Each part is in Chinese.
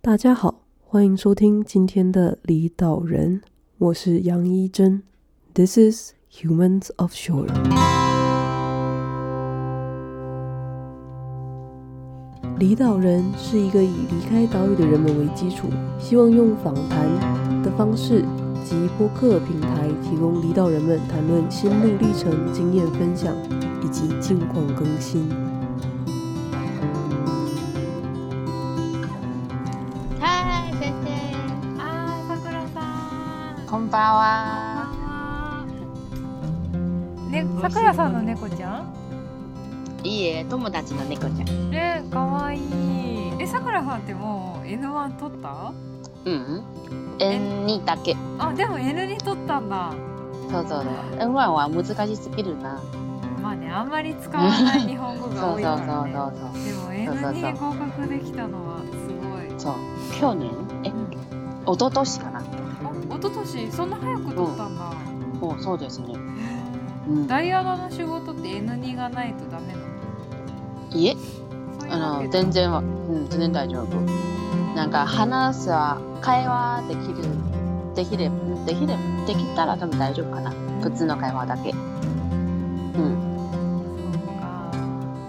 大家好，欢迎收听今天的离岛人，我是杨一真。This is Humans Offshore。离岛人是一个以离开岛屿的人们为基础，希望用访谈的方式及播客平台提供离岛人们谈论心路历程、经验分享以及近况更新。はい、先生。はい、さくらさん。こんばんは。ねう、んさくらさんの猫ちゃん。いいえ、友達の猫ちゃん。ね、可愛いい。え、さくらさんってもう N1 取った。うん。N にだけ。あ、でも N2 取ったんだ。そうそうそう。N1 は難しすぎるな。まあね、あんまり使わない日本語そうがそ多ういそかうらね。そうそうでも N2 合格できたのはすそうそう。そう。去年え、一昨年かな。ごい。あ、一昨年そんな早く取ったんだ。もうそうですね。うん。ダイアナの仕事って N2 がないとダメなの。いえ、そういうわあけのじゃ全然は、うん、全然大丈夫。なんか話すは会話できる。できればできればできたら多分大丈夫かな普通の会話だけうんそうか。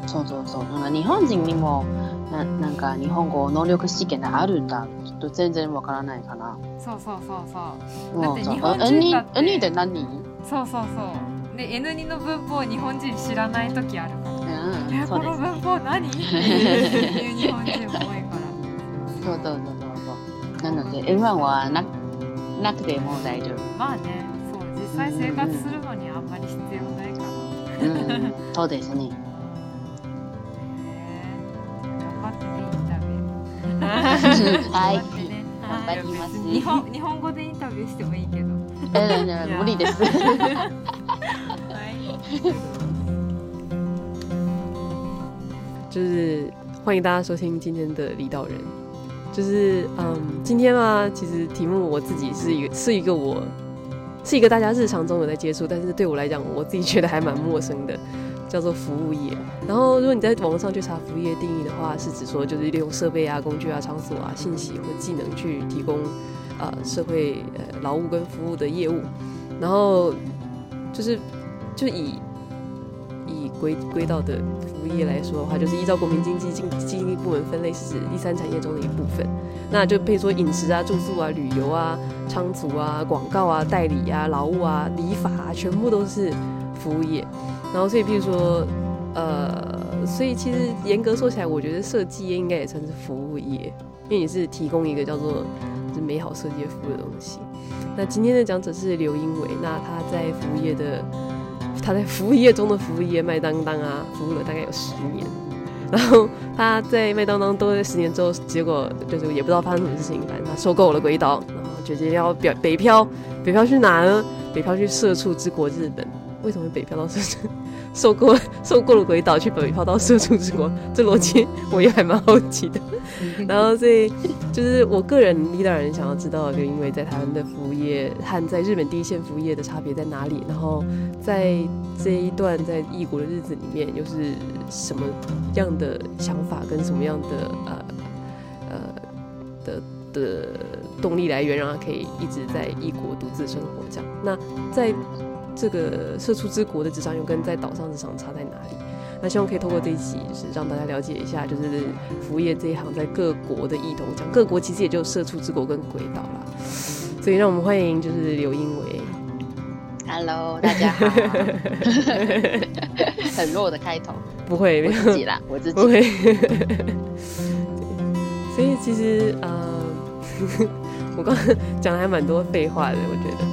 そうそうそうなんか日本人にもななんか日本語能力試験があるんだちょっと全然わからないかなそうそうそうそう。だもっうてそう日本あ人だって N2 N2 って何うんそうそうそう。で N2 の文法を日本人知らない時あるから。えそこうでのす文法何っていう日本人も多いからそうそうそうそうそうなので N1 はななくても大丈夫まあねそう実際生活するのにあんまり必要ないからうんそうです ねね頑張ってねインタビューはい頑張ってね頑張りますはい日本日本語でインタビューしてもいいけどえねね無理です 就是欢迎大家收听今天的离岛人。就是嗯，今天啊，其实题目我自己是一个是一个我是一个大家日常中有在接触，但是对我来讲，我自己觉得还蛮陌生的，叫做服务业。然后如果你在网络上去查服务业定义的话，是指说就是利用设备啊、工具啊、场所啊、信息或技能去提供呃社会呃劳务跟服务的业务。然后就是就以以归归到的服务业来说的话，就是依照国民经济经经济部门分类，是指第三产业中的一部分。那就比如说饮食啊、住宿啊、旅游啊、仓储啊、广告啊、代理啊、劳务啊、理发啊，全部都是服务业。然后所以譬如说，呃，所以其实严格说起来，我觉得设计业应该也算是服务业，因为你是提供一个叫做就是美好设计的服务的东西。那今天的讲者是刘英伟，那他在服务业的他在服务业中的服务业，麦当当啊，服务了大概有十年。然后他在麦当当多了十年之后，结果就是也不知道发生什么事情，反正他收购了鬼岛，然后决定要表北漂。北漂去哪呢？北漂去社畜之国日本。为什么北漂到社畜？ 受过受过了鬼岛，去北漂到社畜之国，这逻辑我也还蛮好奇的。 然后所以就是我个人一当然想要知道刘英伟在台湾的服务业和在日本第一线服务业的差别在哪里，然后在这一段在异国的日子里面，又是什么样的想法跟什么样的呃呃的的动力来源，让他可以一直在异国独自生活这样？那在这个社畜之国的职场又跟在岛上职场差在哪里？那希望可以透过这一期，就是让大家了解一下，就是服务业这一行在各国的异同讲，各国其实也就社畜之国跟鬼岛啦。所以让我们欢迎就是刘英伟。 Hello，大家好， 很弱的开 头，不会，没我有自己啦，我自己不，会。对， 所以其实呃， 我刚刚讲的还蛮多废话的，我觉得。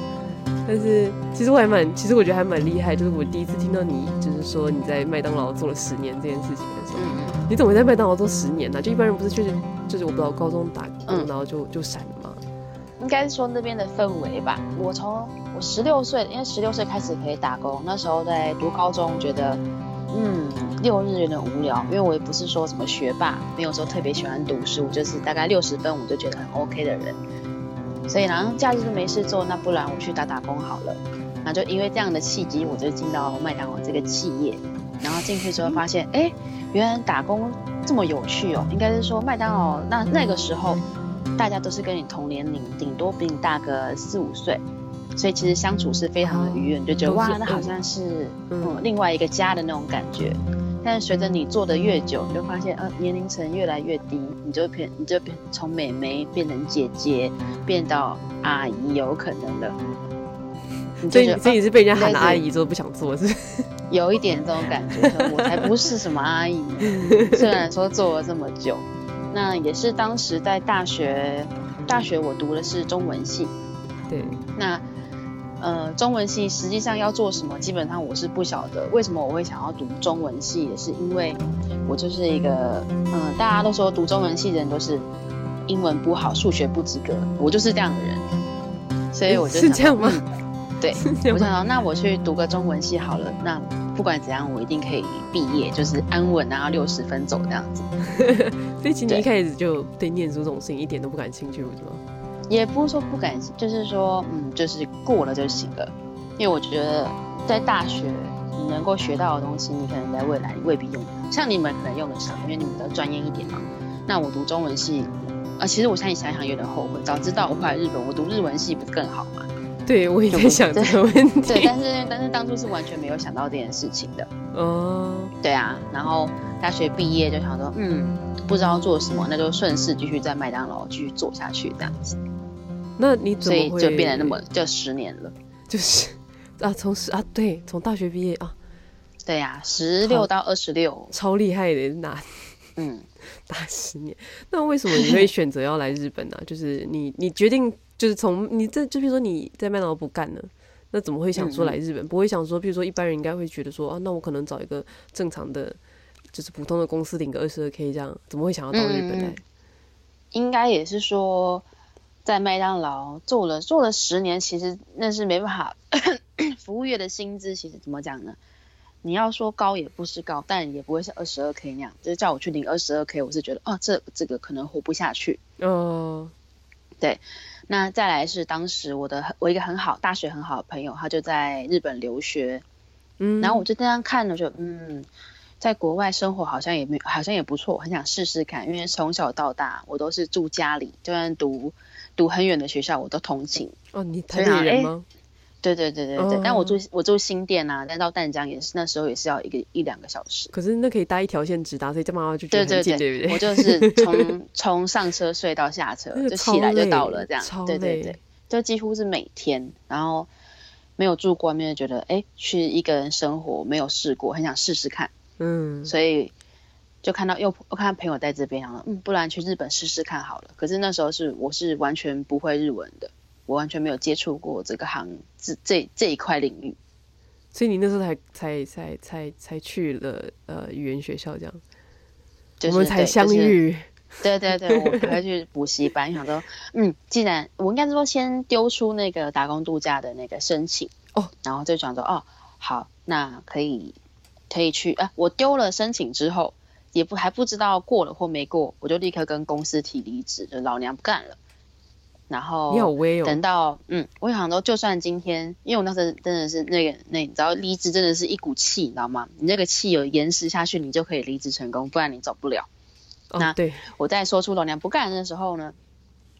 但是其实我还蛮，其实我觉得还蛮厉害，就是我第一次听到你就是说你在麦当劳做了十年这件事情的时候，嗯嗯，你怎么会在麦当劳做十年呢、就一般人不是去，就是我不知道高中打工，嗯然后就就闪了嘛。应该是说那边的氛围吧。我从我十六岁，因为十六岁开始可以打工，那时候在读高中，觉得嗯六日有点无聊，因为我也不是说什么学霸，没有说特别喜欢读书，就是大概六十分我就觉得很 OK 的人。所以然后假日没事做，那不然我去打打工好了。那就因为这样的契机，我就进到麦当劳这个企业，然后进去之后发现，哎，原来打工这么有趣哦。应该是说麦当劳那那个时候大家都是跟你同年龄，顶多比你大个四五岁，所以其实相处是非常的愉悦，你就觉得都是哇，那好嗯像是嗯嗯另外一个家的那种感觉。但是随着你做的越久，你就发现，呃，年龄层越来越低，你就变，你就变从妹妹变成姐姐，变到阿姨，有可能的。所你就觉以得所以哦你是被人家喊类似阿姨之后不想做，是不是？有一点这种感觉，说我才不是什么阿姨呢。虽然说做了这么久，那也是当时在大学，大学我读的是中文系，嗯对，那呃，中文系实际上要做什么，基本上我是不晓得。为什么我会想要读中文系，也是因为我就是一个，嗯、大家都说读中文系的人都是英文不好，数学不及格，我就是这样的人，所以我就想嗯是这样吗？对是这样我想吗？到，那我去读个中文系好了。那不管怎样，我一定可以毕业，就是安稳拿到六十分走这样子。所以其实你对一开始就对念书这种事情一点都不感兴趣，不是吗？也不是说不敢，就是说，嗯，就是过了就行了。因为我觉得在大学你能够学到的东西，你可能在未来未必用得上。像你们可能用得上，因为你们比较专业一点嘛。那我读中文系，啊、其实我现在想一想有点后悔，早知道我后来日本，我读日文系不是更好吗？ 对，我也就在不想这对个问对，题。但是但是当初是完全没有想到这件事情的。哦，对啊，然后大学毕业就想说，嗯，不知道做什么，那就顺势继续在麦当劳继续做下去这样子，那你怎所以么会就变得那么就十年了。就是啊？从十啊，对，从大学毕业啊，对呀、啊，十六到二十六，超厉害的，哪嗯，大十年。那为什么你会选择要来日本呢、啊 就是你你决定就是从你这就比如说你在麦当劳不干了。那怎么会想说嗯嗯来日本？不会想说，比如说一般人应该会觉得说啊，那我可能找一个正常的，就是普通的公司领个二十二 k 这样，怎么会想要到日本嗯嗯嗯来？应该也是说在麦当劳做了做了十年，其实那是没办法， 服务业的薪资其实怎么讲呢？你要说高也不是高，但也不会是二十二 k 那样。就是叫我去领二十二 k，我是觉得，哦，这这个可能活不下去。哦，那再来是当时我的我一个很好大学很好的朋友，他就在日本留学，嗯，然后我就这样看了就嗯，在国外生活好像也没好像也不错，很想试试看，因为从小到大我都是住家里，就算读读很远的学校我都通勤。哦，你台对啊北人哎吗？对对对对对，哦但我住我住新店啊，但到淡江也是那时候也是要一个一两个小时。可是那可以搭一条线直达，所以这妈妈就觉对得很对近，对，对不对？我就 是从从上车睡到下车那，个就超起来就累到了，这样超。对对累对，就几乎是每天，然后没有住过，没有觉得哎，去一个人生活没有试过，很想试试看，嗯，所以就看到又我看到朋友在这边，然后嗯，不然去日本试试看好了。可是那时候是我是完全不会日文的，我完全没有接触过这个行这这这一块领域。所以你那时候才才才才才去了呃语言学校这样，就是我们才对相就是遇。对对对，我还会去补习班，想说，嗯，既然我应该是说先丢出那个打工度假的那个申请哦，然后就想说，哦，好，那可以可以去，啊，我丢了申请之后，也不还不知道过了或没过，我就立刻跟公司提离职，就老娘不干了。然后你好威等哦，到嗯，我想说，就算今天，因为我那时候真的是那个那，你知道离职真的是一股气，你知道吗？你那个气有延时下去，你就可以离职成功，不然你走不了。哦那对，我在说出老娘不干的时候呢，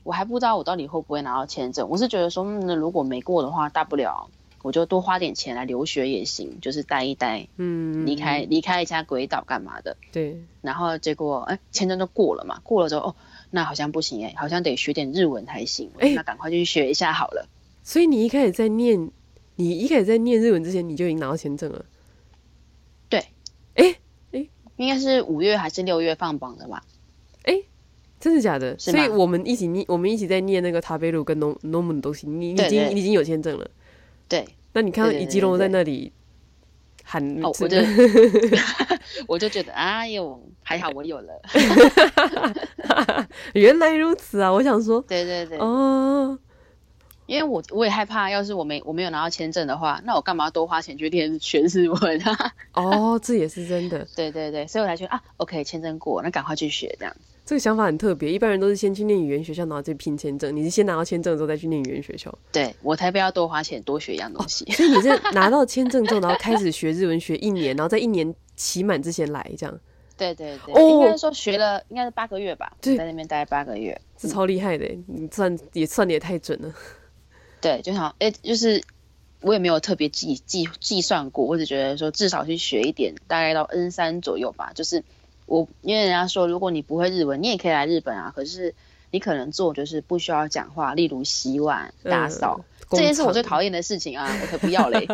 我还不知道我到底会不会拿到签证。我是觉得说，嗯那、如果没过的话，大不了我就多花点钱来留学也行，就是待一待，嗯，离开离开一下鬼岛干嘛的。对，然后结果，哎、签证都过了嘛，过了之后，哦，那好像不行哎、好像得学点日文才行。哎那赶快去学一下好了。所以你一开始在念，你一开始在念日文之前，你就已经拿到签证了。对，哎应该是五月还是六月放榜的吧？哎，真的假的？是所以吗我们一起念，我们一起在念那个塔贝鲁跟农农姆的东西，你你已对经对你已经有签证了。对，那你看到对对以对吉隆对在对那里喊，哦，是我就 我就觉得，哎呦，还好我有了。原来如此啊！我想说，对对对。哦，因为我我也害怕，要是我没我没有拿到签证的话，那我干嘛多花钱去练学日文啊？ 哦， 这也是真的。对对对，所以我才觉得啊，OK，签证过，那赶快去学这样。这个想法很特别，一般人都是先去念语言学校，然后再拼签证。你是先拿到签证之后再去念语言学 校，对我才不要多花钱多学一样东西。 所以你是拿到签证之后，然后开始学日文学一年，然后在一年期满之前来这样。对对对，哦应该说学了应该是八个月吧，对在那边待八个月。这超厉害的耶，你算也算的也太准了。对，就想哎，就是我也没有特别计计计算过，我只觉得说至少去学一点，大概到 N 三左右吧。就是我因为人家说，如果你不会日文，你也可以来日本啊，可是你可能做就是不需要讲话，例如洗碗、打扫，这件是我最讨厌。厌的事情啊，我可不要嘞。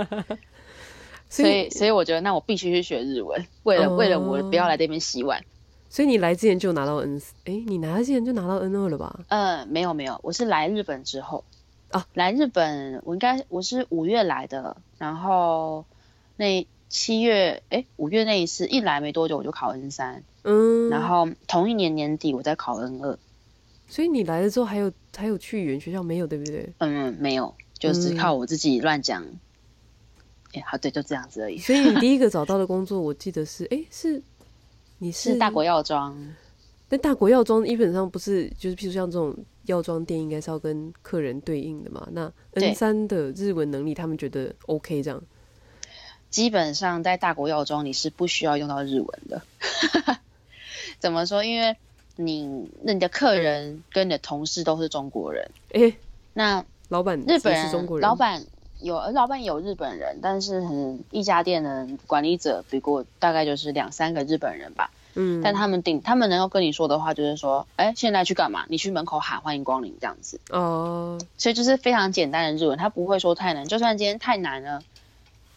所所以以，所以我觉得那我必须去学日文，为了、为了我哦不要来这边洗碗。所以你来之前就拿到 N，哎、你拿之前就拿到 N 二了吧？嗯，没有没有，我是来日本之后啊，来日本我应该我是五月来的，然后那七月哎五月那一次一来没多久我就考 N 三、嗯，然后同一年年底我再考 N 二，所以你来了之后还有还有去语言学校没有，对不对？嗯，没有，就是靠我自己乱讲。哎、好，对，就这样子 而已。所以你第一个找到的工作，我记得是哎、是你是是大国药妆，但大国药妆基本上不是，就是譬如像这种药妆店，应该是要跟客人对应的嘛。那对 N 三的日文能力，他们觉得 OK 这样。基本上在大国药妆你是不需要用到日文的。 怎么说？因为你那你的客人跟你的同事都是中国人，哎、那老板日本也是人，中国人，老板有呃老板有日本人，但是很一家店的管理者，不过大概就是两三个日本人吧。嗯，但他们顶他们能够跟你说的话，就是说，哎，现在去干嘛？你去门口喊欢迎光临这样子。哦、所以就是非常简单的日文，他不会说太难。就算今天太难了，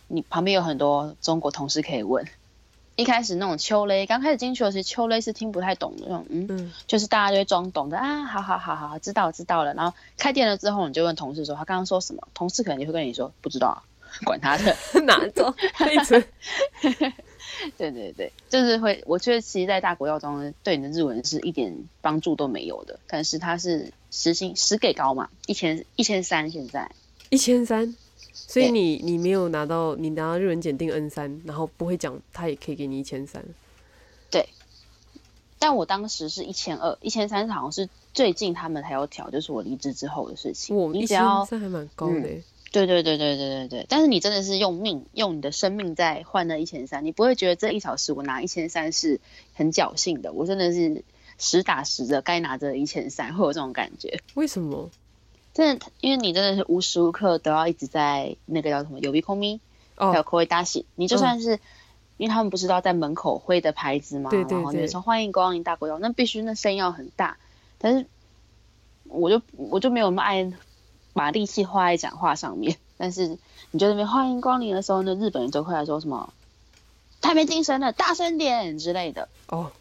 你旁边有很多中国同事可以问。一开始那种秋雷，刚开始进去的时候，秋雷是听不太懂的那种，嗯，嗯， 就是大家就会装懂的啊，好好好好，知道知道了。然后开店了之后，你就问同事说他刚刚说什么，同事可能就会跟你说不知道、啊，管他的。 哪种？一直对对对，就是会，我觉得其实，在大国药妆对你的日文是一点帮助都没有的，但是它是时薪时给高嘛，一千一千三现在。一千三。所以对你你没有拿到你拿到日文检定 N 三，然后不会讲，他也可以给你一千三。但我当时是一千二，一千三好像是最近他们还有调，就是我离职之后的事情。我你一只千要嗯三还蛮高的、欸对对对对对对对，但是你真的是用命用你的生命在换那一千三，你不会觉得这一小时我拿一千三是很侥幸的，我真的是实打实的该拿这一千三，会有这种感觉。为什么？真的，因为你真的是无时无刻都要一直在那个叫什么有鼻空咪，还有哦，口味大喜，你就算是。因为他们不是都要在门口挥的牌子嘛，对对然后你对说欢迎光临大国药，那必须那声音要很大。但是我就我就没有那么爱把力气花在讲话上面。但是你就在那边欢迎光临的时候，那日本人就会来说什么太没精神了，大声点之类的。哦，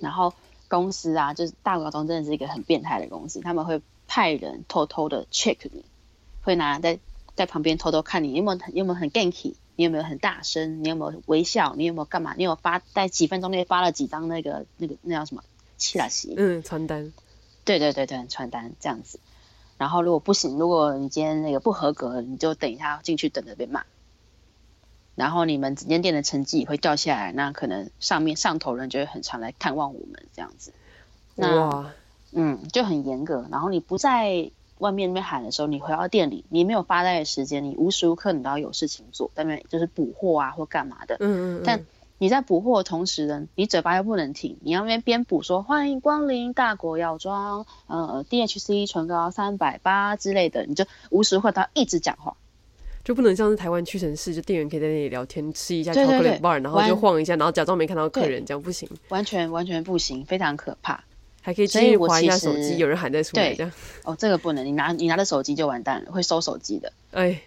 然后公司啊，就是大股东真的是一个很变态的公司，他们会派人偷偷的 check 你，会拿在在旁边偷偷看你有没有很有没有很 ganky，你有没有很大声，你有没有微笑，你有没有干嘛，你有发在几分钟内发了几张那个那个那叫什么气拉西，嗯，传单，对对对对，传单这样子。然后如果不行，如果你今天那个不合格，你就等一下进去等着被骂。然后你们整间店的成绩也会掉下来，那可能上面上头人就会很常来探望我们这样子。那哇，嗯，就很严格。然后你不在外面那边喊的时候，你回到店里，你没有发呆的时间，你无时无刻你都要有事情做，当然就是补货啊或干嘛的。嗯嗯嗯，但你在补货的同时呢，你嘴巴又不能停，你要那边边补说欢迎光临大国药妆，呃，DHC 唇膏三百八之类的，你就无时无刻都要一直讲话。就不能像是台湾屈臣氏，就店员可以在那里聊天，吃一下巧对对克力对 bar，然后完就晃一下，然后假装没看到客人，这样不行，完全完全不行，非常可怕。还可以继所以续我划一其下手实机，有人喊在出来对这样。哦，这个不能，你拿你拿着手机就完蛋了，会收手机的。哎，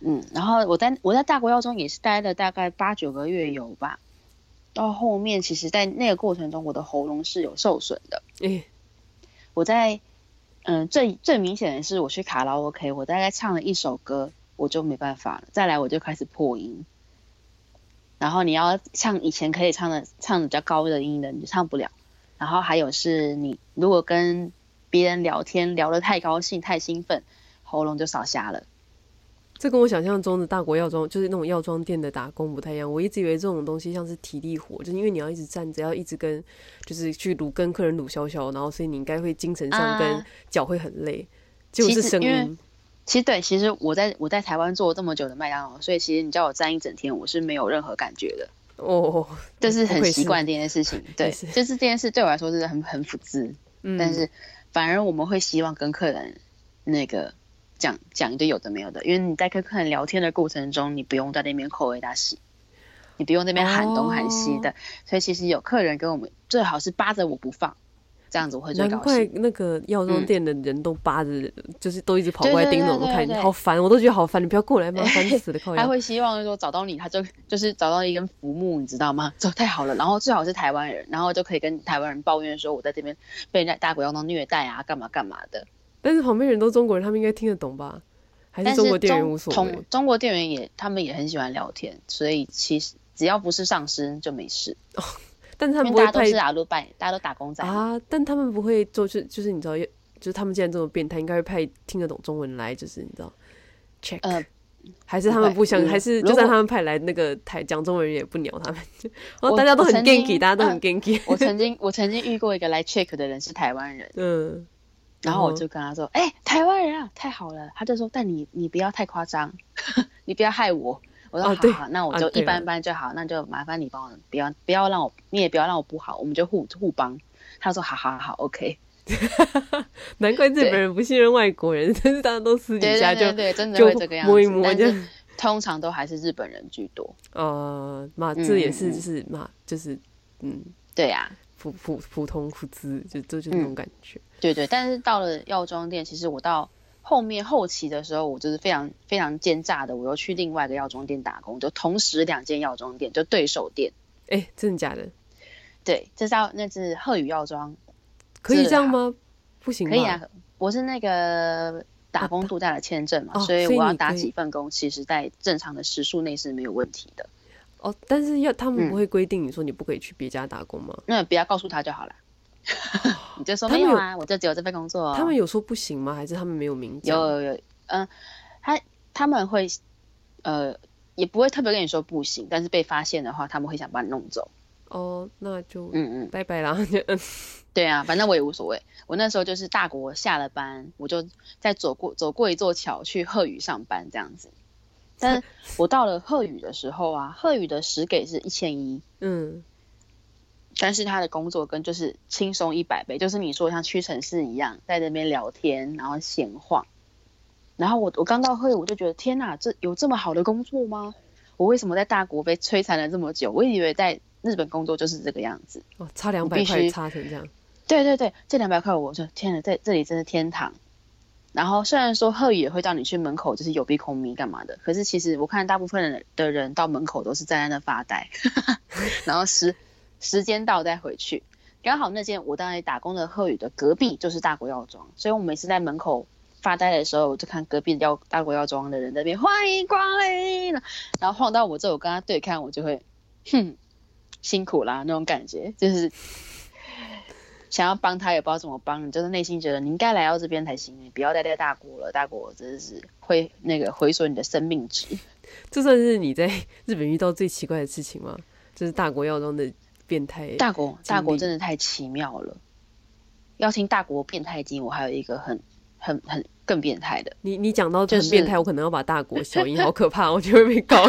嗯，然后我在我在大国药妆也是待了大概八九个月有吧，到后面其实，在那个过程中，我的喉咙是有受损的。哎，我在嗯、最最明显的是我去卡拉 OK，我大概唱了一首歌，我就没办法了，再来我就开始破音。然后你要像以前可以唱的唱的比较高的音的，你就唱不了。然后还有是你如果跟别人聊天聊得太高兴、太兴奋，喉咙就烧瞎了。这跟我想象中的大国药妆，就是那种药妆店的打工不太一样。我一直以为这种东西像是体力活，就是因为你要一直站着，要一直跟，就是去撸跟客人撸消消，然后所以你应该会精神上跟啊脚会很累，结果其是实声因为音。其实对，其实我在我在台湾做了这么久的麦当劳，所以其实你叫我站一整天，我是没有任何感觉的。哦，这是不很愧习是惯的一件 事情。对，是就是这件事对我来说真的很很复杂，嗯但是反而我们会希望跟客人那个讲讲一堆有的没有的，因为你在跟客人聊天的过程中，你不用在那边口味大喜，你不用那边喊东喊西哦的，所以其实有客人跟我们最好是扒着我不放，这样子我会最难高怪兴。那个药妆嗯店的人都扒着，就是都一直跑对过来对盯着对我们对看，对好烦，我都觉得好烦，你不要过来嘛，烦死了， 靠他腰。会希望说找到你，他就就是找到一根浮木，你知道吗？ 这太好了，然后最好是台湾人，然后就可以跟台湾人抱怨说我在这边被人家大鬼妖当虐待啊，干嘛干嘛的。但是旁边人都中国人，他们应该听得懂吧？还但是中国店员无所中谓同？中国店员也他们也很喜欢聊天，所以其实只要不是上司就没事，但是他因们为不会大家都是太打路拜，大家都打工仔。啊，但他们不会就是就是你知道，就是他们既然这么变态，应该会派听得懂中文来，就是你知道 check，、呃还是他们不想，不会嗯还是如果就算他们派来那个台讲中文人也不鸟他们， 然后我大家都很我曾 g a n 经 k y 大家都很呃 g a n k y 我曾经我曾经遇过一个来 check 的人是台湾人， 嗯，然后我就跟他说：“哎、台湾人啊，太好了。”他就说：“但你你不要太夸张， 你不要害我。”我说：“啊好对好好，那我啊就对一啊般般就好，那就麻烦你帮我，不要不要让我，你也不要让我不好，我们就互互帮。”他说：“好好好，OK。难怪日本对人不信任外国人，但是大家都”私底对下对就对对，真的就会这个样子。摸一摸但这是样通常都还是日本人居多。呃，嘛，嗯这也是嗯嗯就是嘛，就是嗯，对啊呀、普普普通普资，就这就是嗯那种感觉。对对，但是到了药妆店，其实我到后面后期的时候，我就是非常非常奸诈的，我又去另外一个药妆店打工，就同时两间药妆店，就对手店。哎、真的假的？对，这是要那是鹤宇药妆，可以是这样啊吗？不行吧可以啊。我是那个打工度假的签证嘛，哦所以所以我要你打可以几份工，其实在正常的时数内是没有问题的。哦，但是要他们嗯不会规定你说你不可以去别家打工吗？那不要告诉他就好了， 你就说他没们有有啊，我就只有这份工作哦。他们有说不行吗？还是他们没有明讲？有有有，嗯，他他们会，呃，也不会特别跟你说不行，但是被发现的话，他们会想把你弄走。哦，那就嗯嗯，拜拜啦。 就嗯对啊，反正我也无所谓。我那时候就是大国下了班，我就再走过走过一座桥去鹤宇上班这样子。但是我到了鹤宇的时候啊，鹤宇的时给是一千一，嗯，但是他的工作跟就是轻松一百倍，就是你说像屈臣氏一样，在那边聊天，然后闲晃。然后我我刚到会，我就觉得天哪，这有这么好的工作吗？我为什么在大国被摧残了这么久？我以为在日本工作就是这个样子。哦，差两你百必须块差成这样，对对对，这两百块，我说天哪，在这里真是天堂。然后虽然说贺宇也会叫你去门口，就是有鼻孔迷干嘛的，可是其实我看大部分人的人到门口都是站在那发呆， 然后时时间到再回去。刚好那间我当时打工的贺宇的隔壁就是大国药妆，所以我每次在门口发呆的时候，我就看隔壁的药大国药妆的人在那边欢迎光临，然后晃到我这，我跟他对看，我就会哼辛苦啦那种感觉，就是想要帮他也不知道怎么帮，你就是内心觉得你应该来到这边才行，你不要待在大国了，大国真的是会那个毁损你的生命值。这算是你在 日本遇到最奇怪的事情吗？就是大国药妆的变态。大国经历大国真的太奇妙了，要听大国变态经，我还有一个很很很更变态的，你你讲到就很是变态，我可能要把大国消音，好可怕，我就会被 告。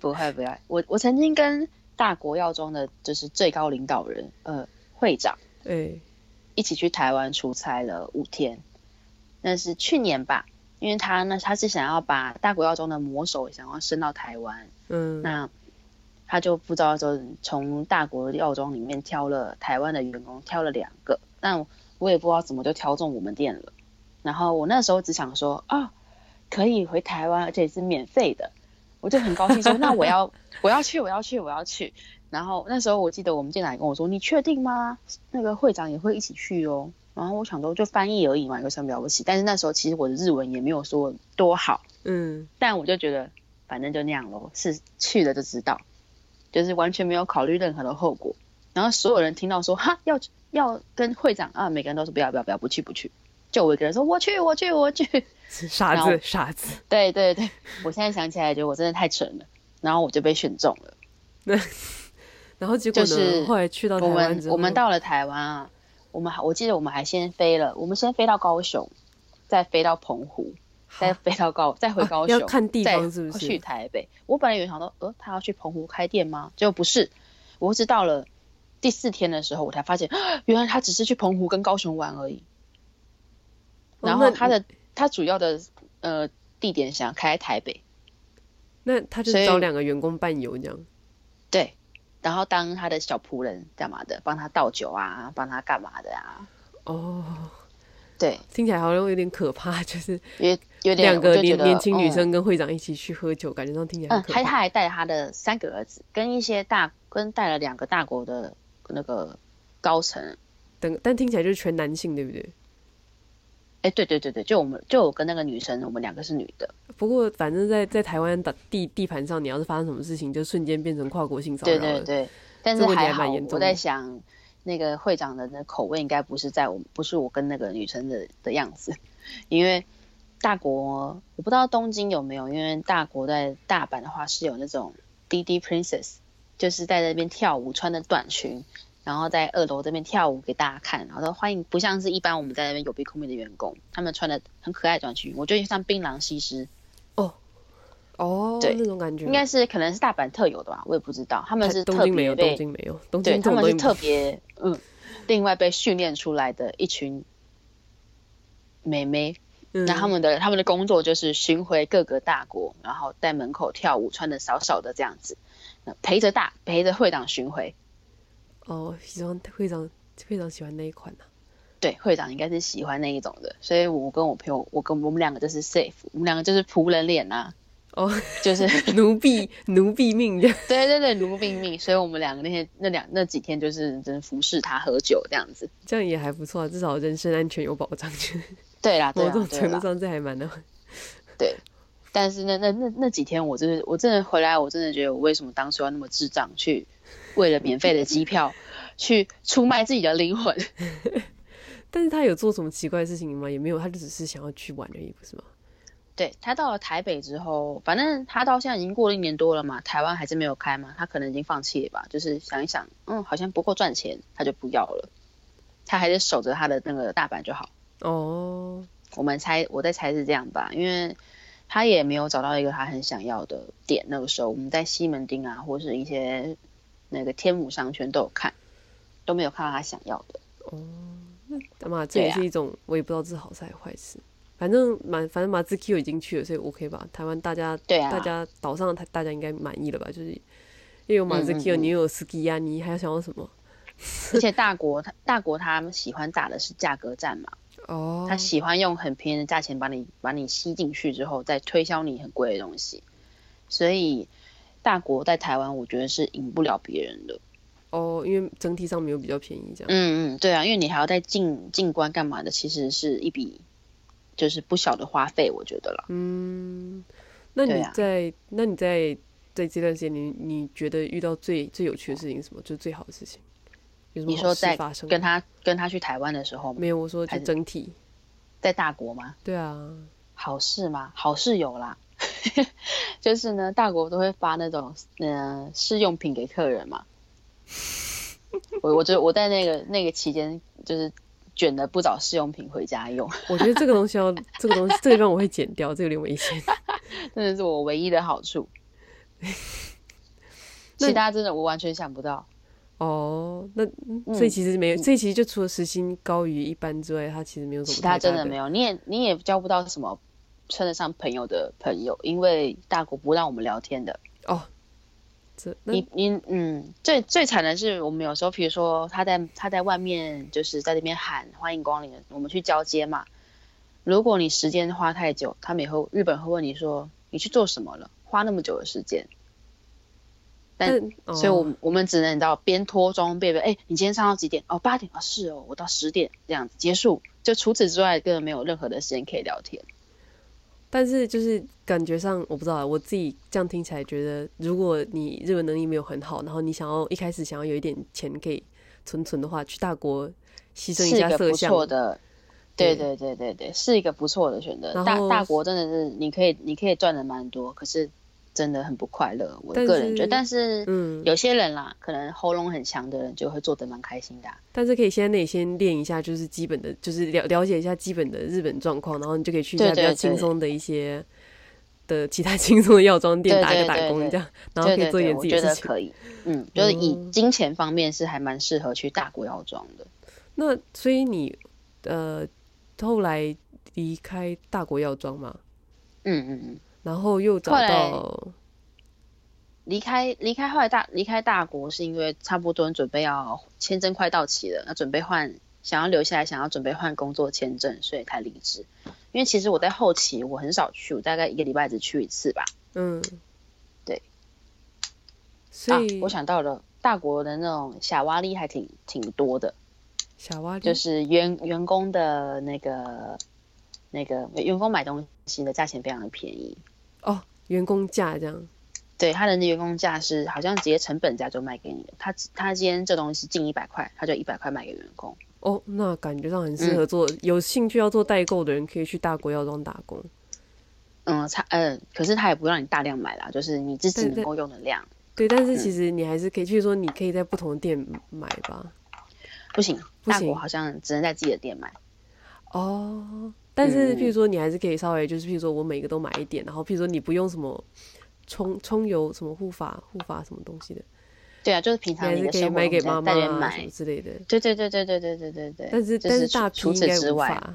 不会不会，我我曾经跟大国药妆的就是最高领导人呃会长。哎，一起去台湾出差了五天，那是去年吧，因为他呢，他是想要把大国药妆的魔手想要伸到台湾，嗯，那他就不知道就从大国药妆里面挑了台湾的员工，挑了两个，但我也不知道怎么就挑中我们店了。然后我那时候只想说啊、可以回台湾，而且是免费的，我就很高兴说那我要我要去我要去我要去。然后那时候我记得我们店长也跟我说你确定吗？那个会长也会一起去哦。然后我想说就翻译而已嘛，有什么了不起？但是那时候其实我的日文也没有说多好，嗯，但我就觉得反正就那样咯，是去了就知道，就是完全没有考虑任何的后果。然后所有人听到说哈要要跟会长啊，每个人都说不要不要不要不去不去，就我一个人说我去我去我去。 傻然后子傻子，对对对，我现在想起来觉得我真的太蠢了，然后我就被选中了。然后结果呢？就是后来去到台我湾之们后，我们到了台湾啊，我们还我记得我们还先飞了，我们先飞到高雄，再飞到澎湖，再飞到高，再回啊高雄，要看地再方是不去是？台北。我本来有想到，呃，他要去澎湖开店吗？结果不是，我是到了第四天的时候，我才发现，啊原来他只是去澎湖跟高雄玩而已。哦然后那他的、他主要的呃地点想开在台北，那他就所以找两个员工伴游这样。对，然后当他的小仆人干嘛的，帮他倒酒啊，帮他干嘛的啊，哦，对，听起来好像有点可怕，就是因为有点两个我就觉年得年轻女嗯生跟会长一起去喝酒，感觉上听起来很嗯，可还他怕。还带他的三个儿子，跟一些大跟带了两个大国的那个高层。但但听起来就是全男性，对不对？哎，对对对对，就我们就我跟那个女生，我们两个是女的。不过反正在，在台湾的地地盘上，你要是发生什么事情，就瞬间变成跨国性骚扰对了。对对，但这是问题还还蛮好，严重我的在想那个会长的那口味应该不是在我们，不是我跟那个女生的的样子，因为大国我不知道东京有没有，因为大国在大阪的话是有那种 DD Princess，就是在那边跳舞，穿的短裙。然后在二楼这边跳舞给大家看，然后都欢迎，不像是一般我们在那边有鼻孔面的员工，他们穿的很可爱的短裙，我觉得像槟榔西施，哦，对那种感觉应该是可能是大阪特有的吧，我也不知道，他们台是东特京没别有，被东京没有，东对京他这种们东西是特别嗯，另外被训练出来的一群美眉，嗯那他们的他们的工作就是巡回各个大国，然后在门口跳舞，穿的少少的这样子，那陪着大陪着会长巡回，哦，喜欢会长会长喜欢那一款啊呐、对会长应该是喜欢那一种的，所以我跟我朋友，我跟我们两个就是 safe，我们两个就是仆人脸啊，哦，就是 奴婢奴婢命这样。对对对奴婢命，所以我们两个那天那两那几天就是真服侍他喝酒这样子，这样也还不错啊，至少人身安全有保障。对啦对某啦种对啊程啦度。上，这还蛮的。对，但是那那那那几天，我真的我真的回来，我真的觉得我为什么当初要那么智障，去为了免费的机票去出卖自己的灵魂？ 但是他有做什么奇怪的事情吗？也没有，他就只是想要去玩而已，不是吗？对他到了台北之后，反正他到现在已经过了一年多了嘛，台湾还是没有开嘛，他可能已经放弃了吧。就是想一想，嗯，好像不够赚钱，他就不要了。他还是守着他的那个大阪就好。哦，我们猜，我在猜是这样吧，因为他也没有找到一个他很想要的点。那个时候我们在西门町啊，或是一些那个天母商圈都有看，都没有看到他想要的。那嘛，这对也啊是一种，我也不知道这是好事还是坏事。反正马，反正马自 Q 已经去了，所以 OK 吧。台湾大家，对啊大家岛上大大家应该满意了吧？就是又有马自嗯嗯 Q，、嗯你又有 Ski 呀、你还要想要什么？而且大国他大国他们喜欢打的是价格战嘛，哦他喜欢用很便宜的价钱把你把你吸进去之后，再推销你很贵的东西。所以大国在台湾，我觉得是赢不了别人的。哦，因为整体上没有比较便宜这样。嗯嗯，对啊，因为你还要再进进关干嘛的，其实是一笔就是不小的花费，我觉得啦。嗯，那对你啊在、那你在在这段时间，你你觉得遇到最最有趣的事情是什么？就是最好的事情，有什么你好说事在发生？跟他跟他去台湾的时候吗，没有，我说还就是整体。在大国吗？对啊，好事吗？好事有啦， 就是呢，大国都会发那种嗯、呃试用品给客人嘛。我我就我在那个那个期间，就是卷了不少试用品回家用，我觉得这个东西要 这个东西这个地方我会剪掉，这个有点危险。 真的是我唯一的好处。那其他真的我完全想不到。哦，那嗯所以其实没有，所以其实就除了时薪高于一般之外，它其实没有什么其太他大真的的没有，你也你也交不到什么称得上朋友的朋友，因为大国不让我们聊天的。哦。这那你你嗯，最最惨的是我们有时候，比如说他在他在外面就是在那边喊欢迎光临，我们去交接嘛。如果你时间花太久，他们也会日本会问你说你去做什么了，花那么久的时间。但但所以哦我们我们只能到边脱妆边哎、你今天上到几点？哦，八点啊，是哦，我到十点这样子结束。就除此之外，根本没有任何的时间可以聊天。但是就是感觉上，我不知道啊，我自己这样听起来觉得，如果你日文能力没有很好，然后你想要一开始想要有一点钱可以存存的话，去大国牺牲是一下一个色不相，错的，对对对对对对，是一个不错的选择然。大后大国真的是你可以你可以赚的蛮多，可是真的很不快乐。我但个人觉是得，但是嗯，有些人啦，可能喉咙很强的人就会做得蛮开心的啊、但是可以先内先练一下，就是基本的，就是了了解一下基本的日本状况，然后你就可以去一对下比对较对轻松的一些的其他轻松的药妆店对打一个对打对工对这样，然后对可以对做一对，点自我己觉的得事情。可以。嗯，就是以嗯金钱方面是还蛮适合去大国药妆的。那所以你呃后来离开大国药妆嘛，嗯嗯嗯，然后又找后来到离开离开后来大离开大国是因为差不多准备要签证快到期了，要准备换想要留下来，想要准备换工作签证，所以才离职。因为其实我在后期我很少去，我大概一个礼拜只去一次吧。嗯，对，所啊以、我想到了，大国的那种夏娃利还挺挺多的，小蛙就就是员员工的那个那个员工买东西的价钱非常的便宜，哦员工价这样，对，他的那员工价是好像直接成本价就卖给你了。他他今天这东西进一百块，他就一百块卖给员工。哦那感觉上很适嗯合做、有兴趣要做代购的人可以去大国药妆打工，嗯，他嗯，可是他也不让你大量买啦，就是你自己对对能够用的量。对，但嗯是其实你还是可以，譬如说你可以在不同的店买吧，不行，不大行国好像只能在自己的店买。哦，但是嗯譬如说你还是可以稍微就是譬如说我每个都买一点，然后譬如说你不用什么冲冲油什么护发护发什么东西的。对啊，就是平你常还你是的可以生活买你给在妈妈在那边啊什么买。之类的。对对对对对对对对对。但是就但是是大批除除应此该之无外，法，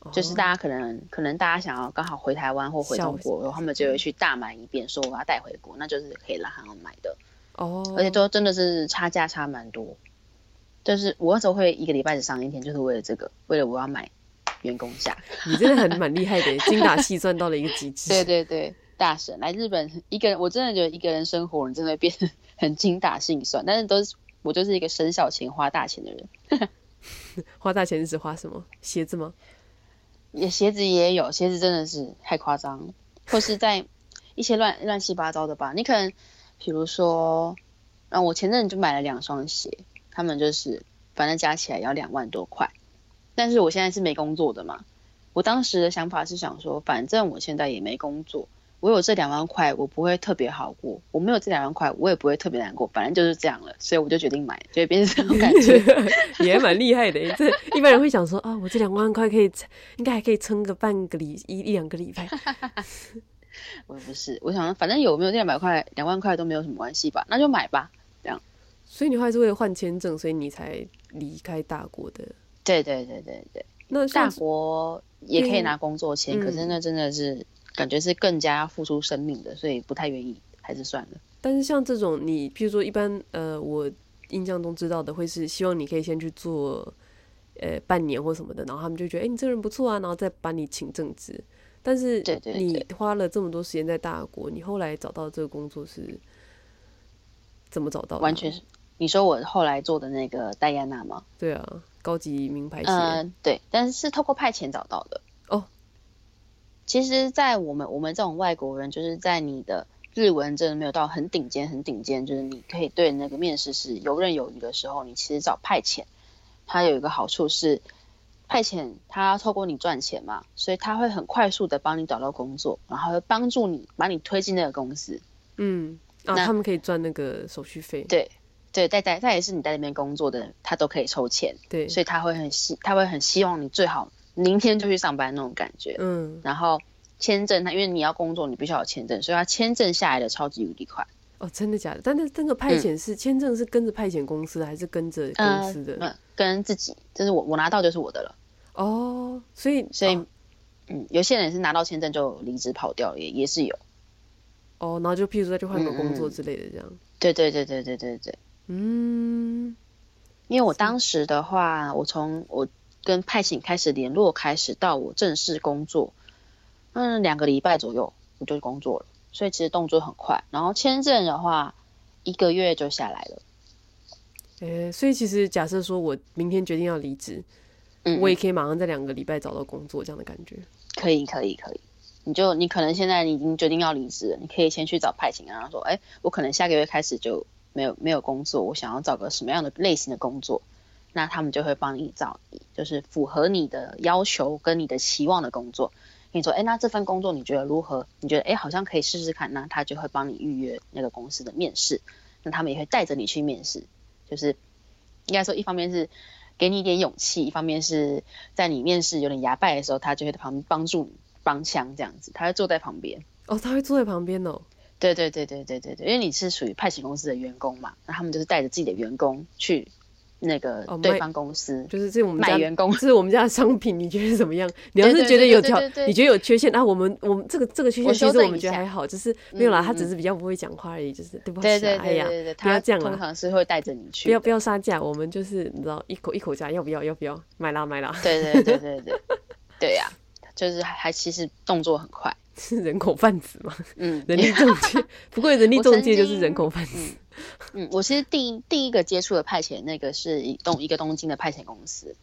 哦对，就是大家家可能可能大家想要刚好回台湾或回小中国，然后他们就会去大买一遍，说我要带回国，那就是可以让他们买的。哦，而且都真的是差价差蛮多。就是我那时候会一个礼拜只上一天，就是为了这个，为了我要买员工价。你真的很蛮厉害的，精打细算到了一个极致。 对对对，大神来日本一个人，我真的觉得一个人生活，你真的会变得很精打细算。但是都是我就是一个省小钱花大钱的人，花大钱是指花什么？鞋子吗？也鞋子也有，鞋子真的是太夸张了，或是在一些乱乱七八糟的吧。你可能比如说，啊，我前阵子就买了两双鞋，他们就是反正加起来要两万多块，但是我现在是没工作的嘛。我当时的想法是想说，反正我现在也没工作，我有这两万块，我不会特别好过；我没有这两万块，我也不会特别难过。反正就是这样了，所以我就决定买，就会变成这种感 觉。也蛮厉害的，这一般人会想说啊，我这两万块可以撑，应该还可以撑个半个礼一一两个礼 拜。我不是，我想说反正有没有这两百块、两万块都没有什么关系吧，那就买吧。所以你后来是为了换签证，所以你才离开大国的。对对对对对，那大像国也可以拿工作签，嗯可是那真的是感觉是更加付出生命的，所以不太愿意，还是算了。但是像这种你，譬如说一般呃，我印象中知道的会是希望你可以先去做呃半年或什么的，然后他们就觉得哎、诶你这个人不错啊，然后再把你请正职。但是对对你对花了这么多时间在大国，你后来找到这个工作是怎么找到的啊？完全是你说我后来做的那个戴安娜吗？对啊，高级名牌鞋、嗯、对，但是是透过派遣找到的。哦，其实，在我们我们这种外国人，就是在你的日文真的没有到很顶尖、很顶尖，就是你可以对那个面试是游刃有余的时候，你其实找派遣，它有一个好处是，派遣它透过你赚钱嘛，所以它会很快速的帮你找到工作，然后会帮助你把你推进那个公司。嗯啊，那他们可以赚那个手续费。对对，在在在也是你在那边工作的，他都可以抽钱。对，所以他会很希，他会很希望你最好明天就去上班那种感觉。嗯然后签证，他因为你要工作，你必须要有签证，所以他签证下来的超级无敌快。哦，真的假的？但那那个嗯派遣是签证是跟着派遣公司的，还是跟着公司的？嗯，跟自己，就是我我拿到就是我的了。哦，所以所以哦嗯，有些人是拿到签证就离职跑掉了，也也是有。哦，然后就譬如说再去换个工作嗯嗯之类的这样。对对对对对对对，嗯，因为我当时的话，我从我跟派遣开始联络开始到我正式工作，嗯，两个礼拜左右我就工作了，所以其实动作很快。然后签证的话，一个月就下来了。诶，所以其实假设说我明天决定要离职，嗯，我也可以马上在两个礼拜找到工作这样的感觉。可以，可以，可以。你就你可能现在你已经决定要离职了，你可以先去找派遣，然后说，哎，我可能下个月开始就没有没有工作，我想要找个什么样的类型的工作，那他们就会帮你找，就是符合你的要求跟你的期望的工作。跟你说，哎，那这份工作你觉得如何？你觉得哎，好像可以试试看，那他就会帮你预约那个公司的面试，那他们也会带着你去面试，就是应该说一方面是给你一点勇气，一方面是在你面试有点牙败的时候，他就会在旁边帮助你帮腔这样子，他会坐在旁边。哦，他会坐在旁边哦。对对对对对对对，因为你是属于派遣公司的员工嘛，那他们就是带着自己的员工去那个哦卖对方公司。就是这我们卖家员工这是我们家的商品， 你觉得怎么样？你要对是对觉得对有对条对，对你觉得有缺陷啊，我们我们这个这个缺我陷其修实我正们一觉得下还好，就是没有啦，嗯他只嗯是比较不会讲话而已，就是对不起对啊，对哎对呀，对对，不要他这样通啦，常是会带着你去不的。要不要杀价，我们就是你知道一口一口价，要不要要不要买啦买啦， 对对对对对，对呀、就是还还其实动作很快，是人口贩子嘛，嗯 人力 中介，不过人力我中曾介就是经人口 贩子嗯嗯，我其实第一第一个接触的派遣那个是一东一个东京的派遣公司，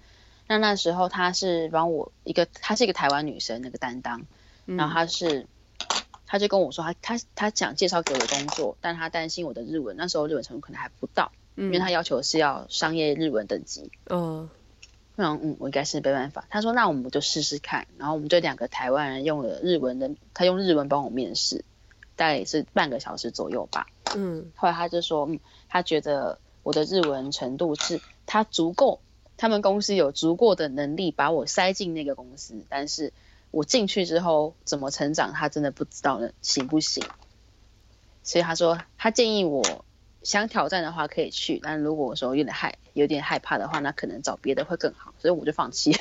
那那时候她是帮我一个，她是一个台湾女生那个担当，嗯，然后她是。她就跟我说，她她她想介绍给我的工作，但她担心我的日文，那时候日文程度可能还不到，因为嗯她要求是要商业日文等级。哦那嗯，我应该是没办法。他说那我们就试试看，然后我们就两个台湾人用了日文的，他用日文帮我面试，大概也是半个小时左右吧。嗯后来他就说，嗯，他觉得我的日文程度是他足够，他们公司有足够的能力把我塞进那个公司，但是我进去之后怎么成长，他真的不知道呢，行不行？所以他说，他建议我想挑战的话可以去，但如果我说有点害有点害怕的话，那可能找别的会更好，所以我就放弃了。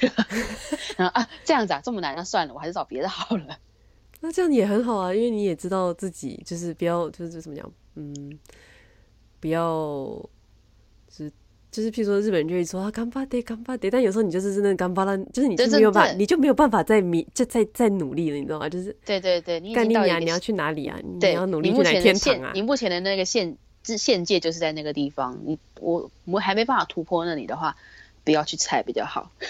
然后啊，这样子啊，这么难，那算了，我还是找别的好了。 那这样也很好啊，因为你也知道自己就是不要，就是怎么讲，嗯，不要，就是就是，譬如说日本人就会说啊，干巴得干巴得，但有时候你就是真的干巴了，就是你就对是没有办法，对对你就没有办法再迷，就再再努力了，你知道吗？就是对对对，你已干经你到一娘，个你要去哪里啊？你对，要努力你去目哪前里的天堂限啊？你目前的那个限制限界就是在那个地方，你我我还没办法突破那里的话，不要去踩比较好。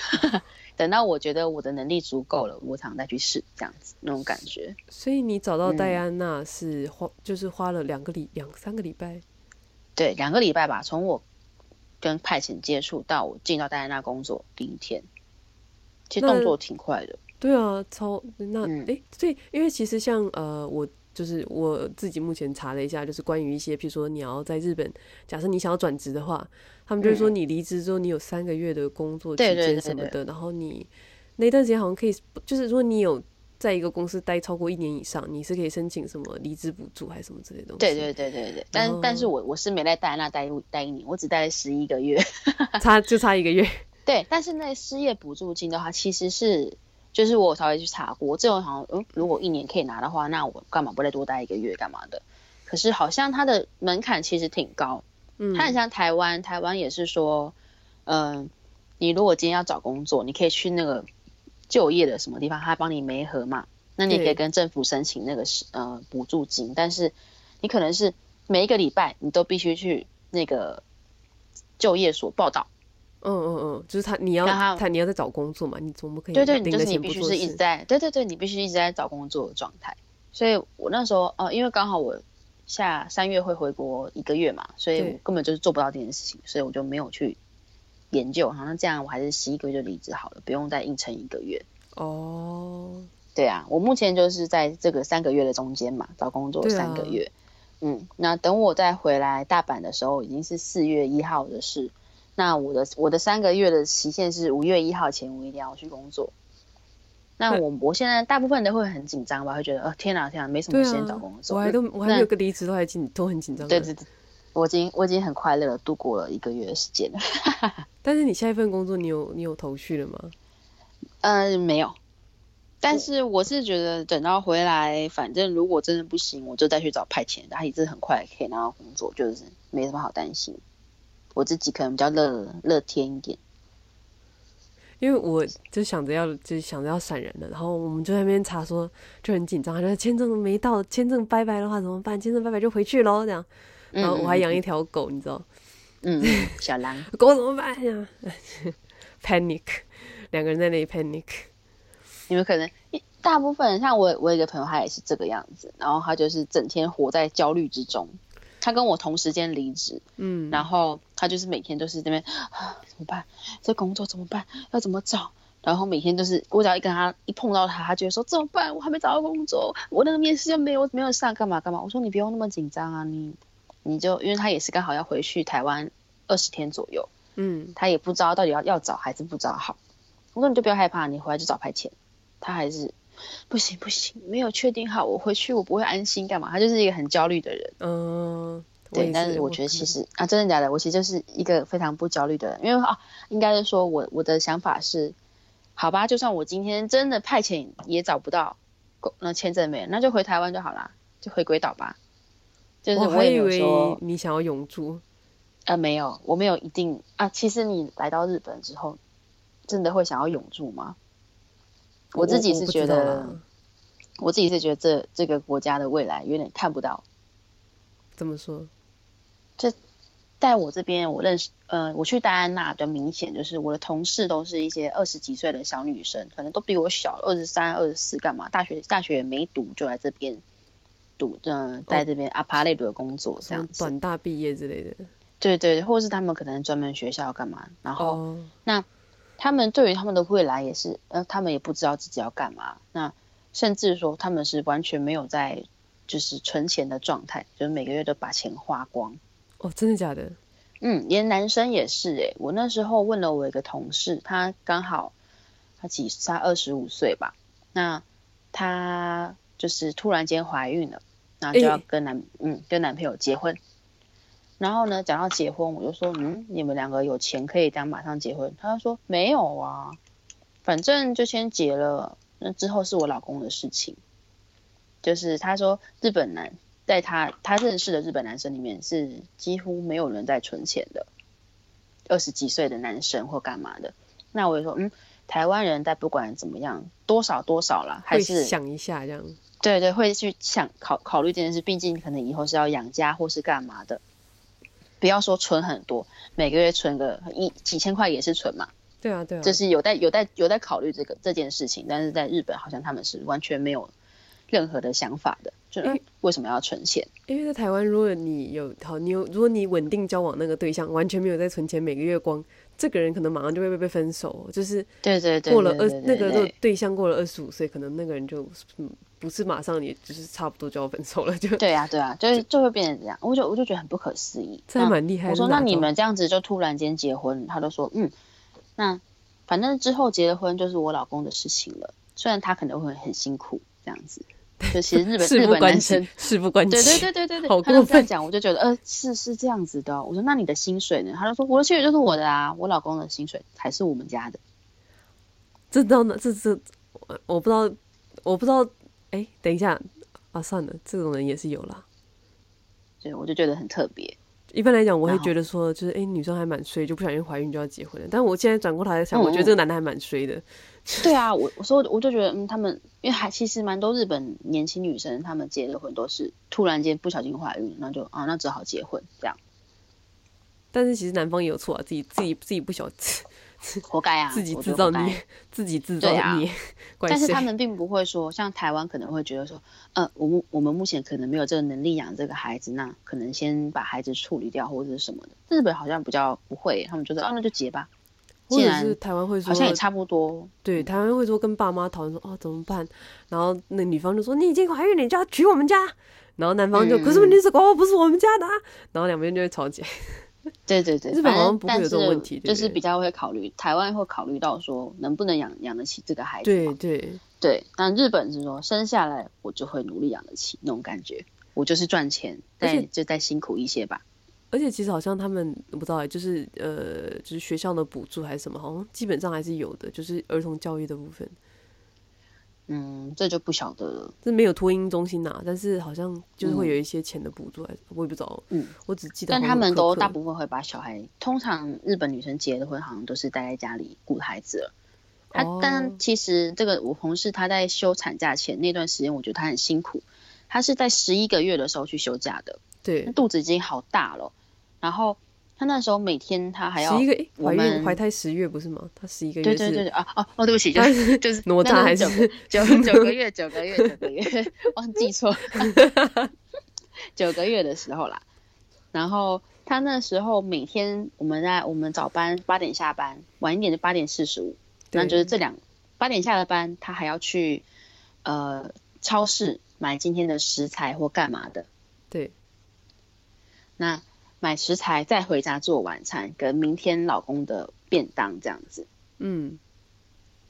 等到我觉得我的能力足够了，我常再去试，这样子那种感觉。所以你找到嗯戴安娜是花，就是花了两个礼两三个礼拜，对，两个礼拜吧，从我跟派遣接触到我进到戴安娜工作第一天，其实那动作挺快的。对啊，超那嗯诶，所以因为其实像呃，我就是我自己目前查了一下，就是关于一些，譬如说你要在日本，假设你想要转职的话，他们就会说嗯你离职之后，你有三个月的工作期对对间对什么对的，然后你那段时间好像可以，就是如果你有在一个公司待超过一年以上，你是可以申请什么离职补助还是什么之类的东西，对对对对对，但、但是哦我我是没在戴安娜待一待一年，我只待了十一个月。差就差一个月，对，但是那失业补助金的话，其实是就是我稍微去查过，这种好像嗯，如果一年可以拿的话，那我干嘛不再多待一个月干嘛的？可是好像它的门槛其实挺高， 嗯，它很像台湾，台湾也是说，嗯、你如果今天要找工作，你可以去那个就业的什么地方，他帮你媒合嘛，那你也可对以跟政府申请那个是呃补助金，但是你可能是每一个礼拜你都必须去那个就业所报道。嗯嗯嗯，就是他你要然后他你要在找工作嘛，你总不可以对对，你领就了是你钱必不须做是一事直，在，对对对，你必须一直在找工作的状态。所以我那时候呃，因为刚好我下三月会回国一个月嘛，所以对我根本就是做不到这件事情，所以我就没有去研究。好像这样，我还是十一个月就离职好了，不用再硬撑一个月。哦，对啊，我目前就是在这个三个月的中间嘛，找工作对啊三个月。嗯，那等我再回来大阪的时候，已经是四月一号的事。那我的我的三个月的期限是五月一号前，我一定要去工作。那对我我现在大部分都会很紧张吧，会觉得哦天哪天哪，没什对么啊，时间找工作。嗯我还都我还那没有个离职，都还紧都很紧张。对对对，我已经我已经很快乐的度过了一个月的时间了。但是你下一份工作，你有你有头绪了吗？嗯，没有。但是我是觉得等到回来，反正如果真的不行，我就再去找派遣，他也是很快可以拿到工作，就是没什么好担心。我自己可能比较乐乐天一点，因为我就想着要就想着要闪人了，然后我们就在那边查说就很紧张，他说签证没到，签证拜拜的话怎么办？签证拜拜就回去喽这样。嗯然哦后我还养一嗯条狗，你知道，嗯嗯小狼， 狗怎么办呀？Panic，两 个人在那里 panic。你们可能一大部分人像我，我有一个朋友，他也是这个样子，然后他就是整天活在焦虑之中。他跟我同时间离职，嗯， 然后他就是每天都是这边啊，怎么办？这工作怎么办？要怎么找？然后每天都是我只要一跟他一碰到他，他就会说怎么办？我还没找到工作，我那个面试又没有没有上，干嘛干嘛？我说你不用那么紧张啊，你你就因为他也是刚好要回去台湾二十天左右，嗯，他也不知道到底要要找还是不找好。我说你就不要害怕，你回来就找派遣。他还是不行不行，没有确定好，我回去我不会安心干嘛？他就是一个很焦虑的人。嗯，我也对，但是我觉得可其能实啊，真的假的？我其实就是一个非常不焦虑的人，因为啊，应该是说我我的想法是，好吧，就算我今天真的派遣也找不到工，那签证没了，那就回台湾就好啦，就回归岛吧。就是我我还也以没有为说你想要永驻，啊，没有，我没有一定啊。其实你来到日本之后，真的会想要永住吗？我自己是不觉知道得，啦我自己是觉得这这个国家的未来有点看不到。怎么说？在我这边，我认识，呃，我去戴安娜的明显就是我的同事都是一些二十几岁的小女生，可能都比我小，二十三、二十四，干嘛？大学大学也没读，就来这边读，嗯、在这边阿帕累读的工作这什么样子。短大毕业之类的？对对对，或者是他们可能专门学校干嘛，然后。哦，他们对于他们的未来也是，呃，他们也不知道自己要干嘛。那甚至说他们是完全没有在就是存钱的状态，就是每个月都把钱花光。哦，真的假的？嗯，连男生也是诶、我那时候问了我一个同事，他刚好他几他二十五岁吧，那他就是突然间怀孕了，那就要诶跟男、嗯跟男朋友结婚。然后呢，讲到结婚，我就说嗯，你们两个有钱可以当马上结婚。他就说没有啊，反正就先结了，那之后是我老公的事情。就是他说日本男在他他认识的日本男生里面是几乎没有人在存钱的，二十几岁的男生或干嘛的。那我就说，嗯，台湾人在不管怎么样，多少多少啦，还会是想一下这样。对对，会去想考考虑这件事，毕竟可能以后是要养家或是干嘛的。不要说存很多，每个月存个一几千块也是存嘛，对啊，对啊，就是有在有在有在考虑这个这件事情，但是在日本好像他们是完全没有任何的想法的，就嗯为什么要存钱？因为在台湾，如果你有好，你有如果你稳定交往那个对象，完全没有在存钱，每个月光，这个人可能马上就会被被分手。就是对对对，过了对二对那对个如对果对象过了二十五岁，可能那个人就嗯不是马上，也就是差不多就要分手了，就对啊对啊，就是就会变成这样，我就我就觉得很不可思议。 这还蛮厉害的。啊我说哪那你招们这样子就突然间结婚，他就说嗯，那反正之后结了婚就是我老公的事情了，虽然他可能会很辛苦这样子，就其实日本事日不本关男己生。，事不关己。对对对对对对，好他就过这样分讲，我就觉得，呃，是是这样子的哦、我说那你的薪水呢？他就说我的薪水就是我的啊，我老公的薪水还是我们家的。这到那这这，我我不知道，我不知道。哎，等一下啊，算了，这种人也是有啦。对，我就觉得很特别。一般来讲，我会然后觉得说，就是哎、诶女生还蛮衰，就不小心怀孕就要结婚了。但我现在转过头来想，嗯我觉得这个男的还蛮衰的。对啊，我我说我就觉得，嗯，他们因为还其实蛮多日本年轻女生，她们结了婚都是突然间不小心怀孕，那就啊，那只好结婚这样，但是其实男方也有错啊，自己自己自己不小，活该 啊，自己我制觉得造活该孽， 自己制造对啊孽， 怪但是谁他？们并不会说，像台湾可能会觉得说，呃，我们我们目前可能没有这个能力养这个孩子，那可能先把孩子处理掉或者是什么的。日本好像比较不会，他们觉得啊，那就结吧，或既者然是台湾会说好，像也差嗯不多。对，台湾会说跟爸妈讨论说哦怎么办，然后那女方就说你已经怀孕了，你就要娶我们家，然后男方就、嗯可是问题是哦不是我们家的、啊，然后两边就会吵起来。对对对，日本好像反不会有正这种但是问题对不就是对比较会考虑，台湾会考虑到说能不能养养得起这个孩子嘛。对对，对，但日本是说生下来我就会努力养得起那种感觉，我就是赚钱，而且再就再辛苦一些吧。而且其实好像他们我不知道欸，就是呃，就是学校的补助还是什么，好像基本上还是有的，就是儿童教育的部分，嗯，这就不晓得了。这没有托婴中心呐、啊但是好像就是会有一些钱的补助，还是我也不知道，嗯，我只记得但好像他有们课都课大部分会把小孩，通常日本女生结了婚，好像都是待在家里顾孩子了。她哦但其实这个我同事她在休产假前那段时间，我觉得她很辛苦。她是在十一个月的时候去休假的，对肚子已经好大了。然后她那时候每天她还要十一个诶我怀孕们怀胎十月不是吗？他十一个月对是对对对啊哦哦，对 不起，就但是就是哪吒那还是九是九个九个月，九个月， 九个月，忘记错， 九个月的时候啦。然后他那时候每天我们在我们早班八点下班，晚一点就八点四十五，对那就是这两八点下了班，他还要去呃超市买今天的食材或干嘛的。对，那买食材再回家做晚餐，跟明天老公的便当这样子，嗯，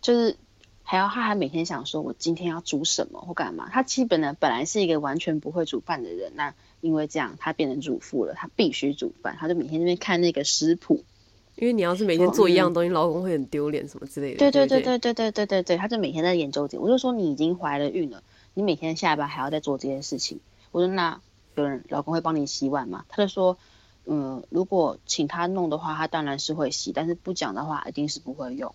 就是还要他还每天想说我今天要煮什么或干嘛。他基本呢本来是一个完全不会煮饭的人，那因为这样他变成主妇了，他必须煮饭，他就每天那边看那个食谱。因为你要是每天做一样东西，老公会很丢脸什么之类的。哦嗯对对对对对对对对对对，他就每天在研究这个。我就说你已经怀了孕了，你每天下班还要再做这件事情。我说那有人老公会帮你洗碗吗？他就说，嗯，如果请他弄的话，他当然是会洗，但是不讲的话，一定是不会用。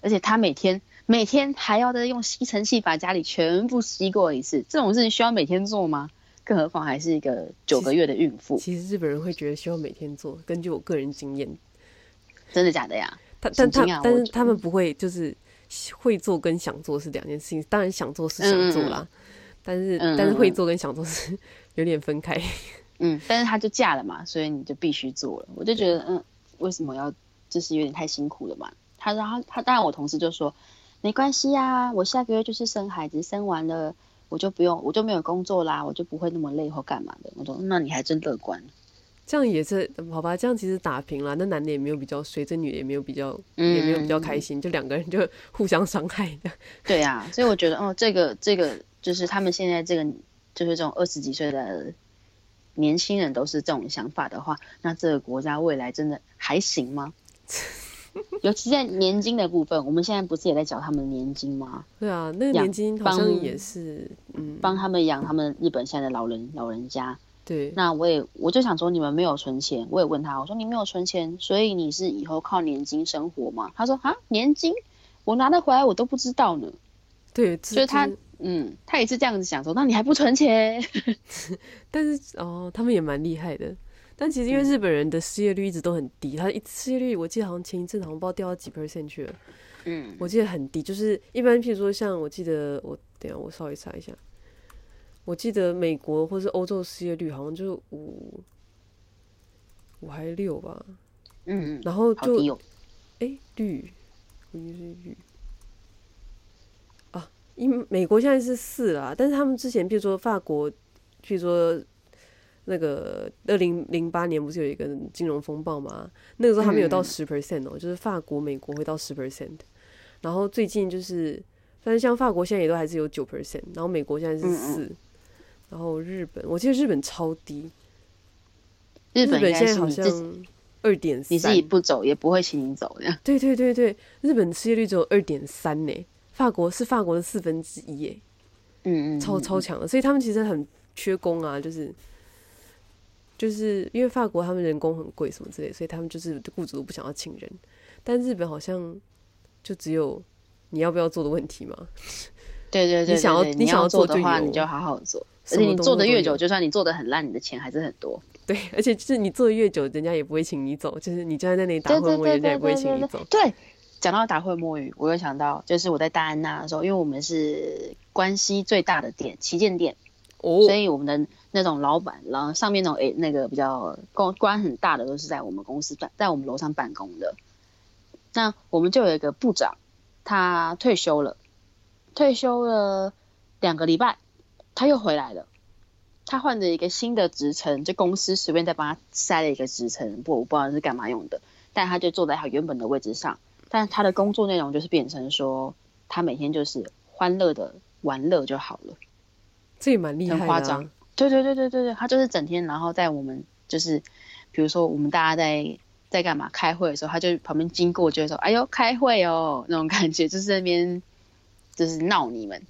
而且他每天每天还要再用吸尘器把家里全部吸过一次，这种事情需要每天做吗？更何况还是一个九个月的孕妇，其实日本人会觉得需要每天做，根据我个人经验，真的假的呀？他但他神经啊但我是觉他们不会就是会做跟想做是两件事情，当然想做是想做啦，但是嗯嗯嗯但是会嗯做跟想做是 有点分开。 嗯，但是她就嫁了嘛，所以你就必须做了。我就觉得，嗯，为什么要就是有点太辛苦了嘛？她然后她当然我同事就说，没关系呀、我下个月就是生孩子，生完了我就不用，我就没有工作啦，我就不会那么累或干嘛的。我说，那你还真乐观。这样也是好吧？这样其实打平了，那男的也没有比较衰，这女的也没有比较，嗯也没有比较开心，就两个人就 互相伤害的。 对啊，所以我觉得，哦，这个这个就是他们现在这个就是这种二十几岁的年轻人都是这种想法的话，那这个国家未来真的还行吗？尤其在年金的部分，我们现在不是也在缴他们年金吗？对啊，那个养年金好像帮也是，嗯，帮他们养他们日本现在的老人老人家。对，那我也我就想说，你们没有存钱，我也问他，我说你没有存钱，所以你是以后靠年金生活吗？他说啊，年金我拿得回来，我都不知道呢。对，所这以他这嗯，他也是这样子想说，那你还不存钱？但是哦，他们也蛮厉害的。但其实因为嗯日本人的失业率一直都很低，他一失业率我记得好像前一阵好像不知道掉到几 percent 去了，嗯，我记得很低。就是一般譬如说像我记得我等一下我稍微查一下，我记得美国或是欧洲失业率好像就五五还六吧，嗯，嗯，然后好就低哦，诶，哎绿，我应该是绿啊。因美国现在是四啦，但是他们之前，譬如说法国，譬如说那个二零零八年不是有一个金融风暴嘛？那个时候他们有到嗯十 percent 哦，就是法国、美国会到十 percent，然后最近就是，但是像法国现在也都还是有九 percent，然后美国现在嗯是嗯四、然后日本，我记得日本超低，日现本应该在是好你自己像二点三，你自己不走也不会请你走的。对对对对，日本失业率只有二点三呢，法国是法国的四分之一耶，嗯嗯，超嗯超强的，所以他们其实很缺工啊，就是就是因为法国他们人工很贵什么之类，所以他们就是雇主都不想要请人，但日本好像就只有你要不要做的问题嘛， 对对对对，你想要对你你想要做做就的话，有你就好好做。什而么且你东做西的都越有久，就算你做的很烂，你的钱还是很多。对，而且就是你做的越久，人家也不会请你走，就是你就算在那里打混混，人家也不会请你走，对，讲到打混摸鱼，我又想到，就是我在大安那的时候，因为我们是关系最大的店旗舰店，哦所，以我们的那种老板，然后上面那种诶那个比较公官很大的，都是在我们公司办，在我们楼上办公的。那我们就有一个部长，他退休了，退休了两个礼拜，他又回来了。他换了一个新的职称，就公司随便再帮他塞了一个职称，不，我不知道是干嘛用的。但他就坐在他原本的位置上，但他的工作内容就是变成说，他每天就是欢乐的玩乐就好了。这也蛮厉害很的、夸张啊，对对对对对对，他就是整天，然后在我们就是，比如说我们大家在在干嘛开会的时候，他就旁边经过就会说：“哎呦，开会哦！”那种感觉就是在那边就是闹你们，